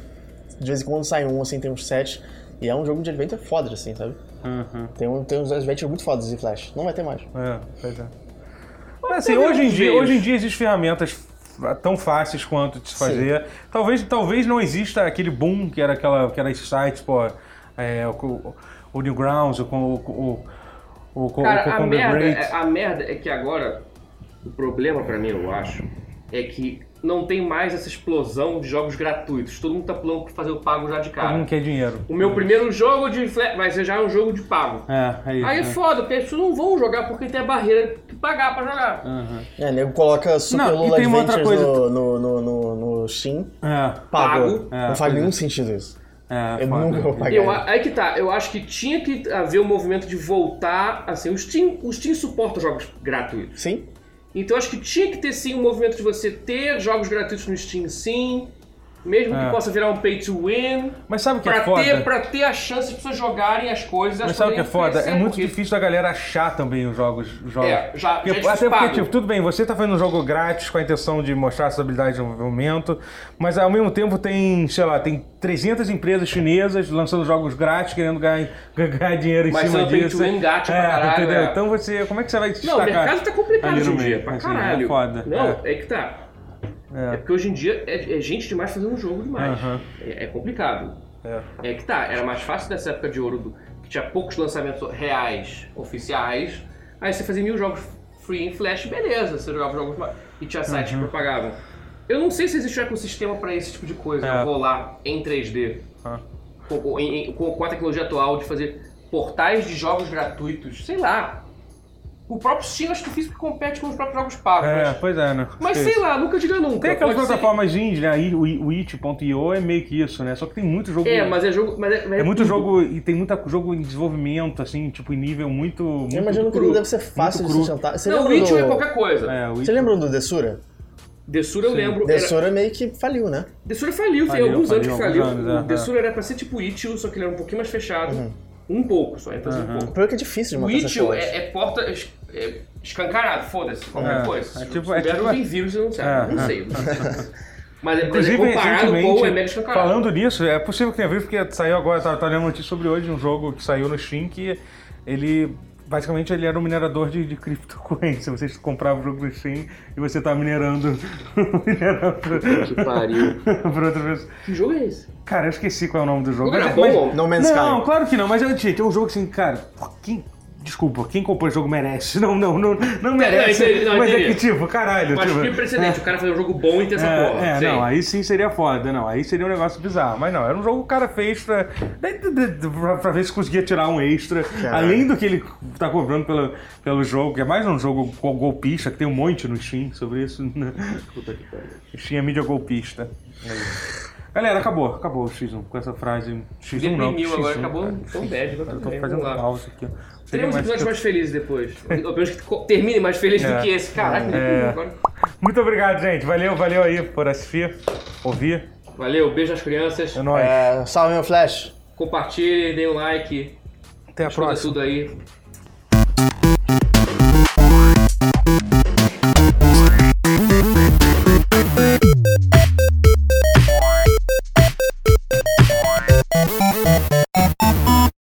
de vez em quando sai um, assim, tem uns sete. E é um jogo de adventure foda, assim, sabe? Uhum, Tem, um- tem uns adventures muito fodas em Flash. Não vai ter mais. é, pois é. Mas, assim, teve hoje em, uns dia, meios. hoje em dia existem ferramentas f- tão fáceis quanto de se fazer. Talvez, talvez não exista aquele boom que era aquela, que era esse site, pô, é, o, o, o Newgrounds, o, o, o, o, o Cara, a Cucumber Great. merda, a merda é que agora o problema pra mim, eu acho, é que não tem mais essa explosão de jogos gratuitos. Todo mundo tá pulando pra fazer o pago já de Todo cara. mundo quer dinheiro. O meu primeiro jogo de flash vai ser já um jogo de pago. É, é isso. Aí é né? foda, porque as pessoas não vão jogar porque tem a barreira que pagar pra jogar. Aham. É, nego coloca Super Não, e Lula tem uma outra Adventures coisa- no, no, no, no, no Steam. É, Pago. Pago. É, não faz pois é. nenhum sentido isso. é, Eu foda. nunca vou pagar. Eu, É. a- aí que tá, eu acho que tinha que haver um movimento de voltar, assim, o Steam, o Steam suporta jogos gratuitos. Sim? Então eu acho que tinha que ter sim um movimento de você ter jogos gratuitos no Steam sim, mesmo É. que possa virar um pay to win, Mas sabe o que pra, é foda? ter, pra ter a chance de pessoas jogarem as coisas. Mas elas sabe o que é poderem foda? É oferecer, muito porque- difícil da galera achar também os jogos. os jogos. É, já- Porque- já é difícil até porque, pago. tipo, tudo bem, você tá fazendo um jogo grátis com a intenção de mostrar a sua habilidade no momento, mas ao mesmo tempo tem, sei lá, tem 300 empresas chinesas lançando jogos grátis, querendo ganhar, ganhar dinheiro em Mas cima são pay to disso. win gato pra É, caralho, entendeu? é. Então você, como é que você vai se Não, o destacar mercado tá complicado ali hoje no em meio? dia, pra Assim, caralho. É foda. Não, é. é, que tá. É. É. porque hoje em dia é, é gente demais fazendo um jogo demais. Aham. É- é complicado. é. É que tá, era mais fácil nessa época de ouro, do- que tinha poucos lançamentos reais, oficiais. Aí você fazia mil jogos free em flash, beleza, você jogava jogos ma- e tinha sites Uhum. que propagavam. Eu não sei se existe um ecossistema pra esse tipo de coisa, É. rolar rolar em 3D, Ah. com, com- em- em- com- com a tecnologia atual de fazer portais de jogos gratuitos, sei lá. O próprio Steam acho difícil porque compete com os próprios jogos pagos. É, mas pois é, né? mas sei lá, nunca diga nunca. Tem aquelas Pode ser- plataformas indie, né? aí O i- o itch.io é meio que isso, né? Só que tem muito jogo. É, mas é jogo. Mas é, mas É muito tudo. jogo e tem muito jogo em desenvolvimento, assim, tipo, em nível muito. É, muito Eu imagino que cru, não deve ser fácil de muito cru. sustentar. Você Não, o lembra Witcher do... é qualquer coisa. É, o Você Itch- lembra do Dessura? Dessura eu lembro. era- Dessura meio que faliu, né? Dessura faliu, tem Faliu, alguns faliu, anos que alguns faliu. anos, é, o Dessura era pra ser tipo Itch.io, só que ele era um pouquinho mais fechado. Uhum. Um pouco só, então Uhum. assim, um pouco. Pior que é difícil de O montar essas Itch.io coisas. é, é porta es- é escancarado, foda-se, qualquer É, coisa. é É tipo- tipo, é é tipo- tem vírus, eu não sei, É, não é. sei. Não sei. Mas é, mas é Inclusive, comparado com o é mega recentemente, escancarado. falando nisso, é possível que tenha visto, porque saiu agora, tá, tá lendo notícia sobre hoje, um jogo que saiu no Steam que ele. Basicamente, ele era um minerador de, de criptocurrency. Você comprava o jogo do Steam e você tá minerando. minerando Que pariu. pra outra pessoa. Que jogo é esse? Cara, eu esqueci qual é o nome do jogo. Não era mas- mas- bom? No Man's não, Sky. claro que não, mas eu te é um jogo assim, cara, pô, quem. Desculpa, quem compôs o jogo merece. Não, não, não, não merece. entendi, não, mas é entendi. que tipo, caralho, Mas tipo. que precedente, o cara fazer um jogo bom e ter essa porra. É, é, sei. não, aí sim seria foda, não. Aí seria um negócio bizarro. Mas não, era um jogo que o cara fez pra, de- de- de- pra, pra ver se conseguia tirar um extra. Além do que ele tá cobrando pelo, pelo jogo, que é mais um jogo go- golpista, que tem um monte no Steam sobre isso. né? Puta que pariu. Steam é mídia golpista. É isso. Galera, acabou, acabou o X1 com essa frase. X1 não, Deprimiu X1, agora, acabou. cara. Tão bad, agora Eu tudo tô bem, fazendo vamos lá. pausa aqui. ó. Seria Teremos mais- episódios mais felizes depois. Ou pelo menos que co- termine mais feliz É. do que esse. Caraca, É. agora. Muito obrigado, gente. Valeu, valeu aí por assistir, ouvir. Valeu, beijo às crianças. É nóis. É, salve meu Uh, Flash. Compartilhem, deem um like. Até a Tudo, próxima. tudo aí.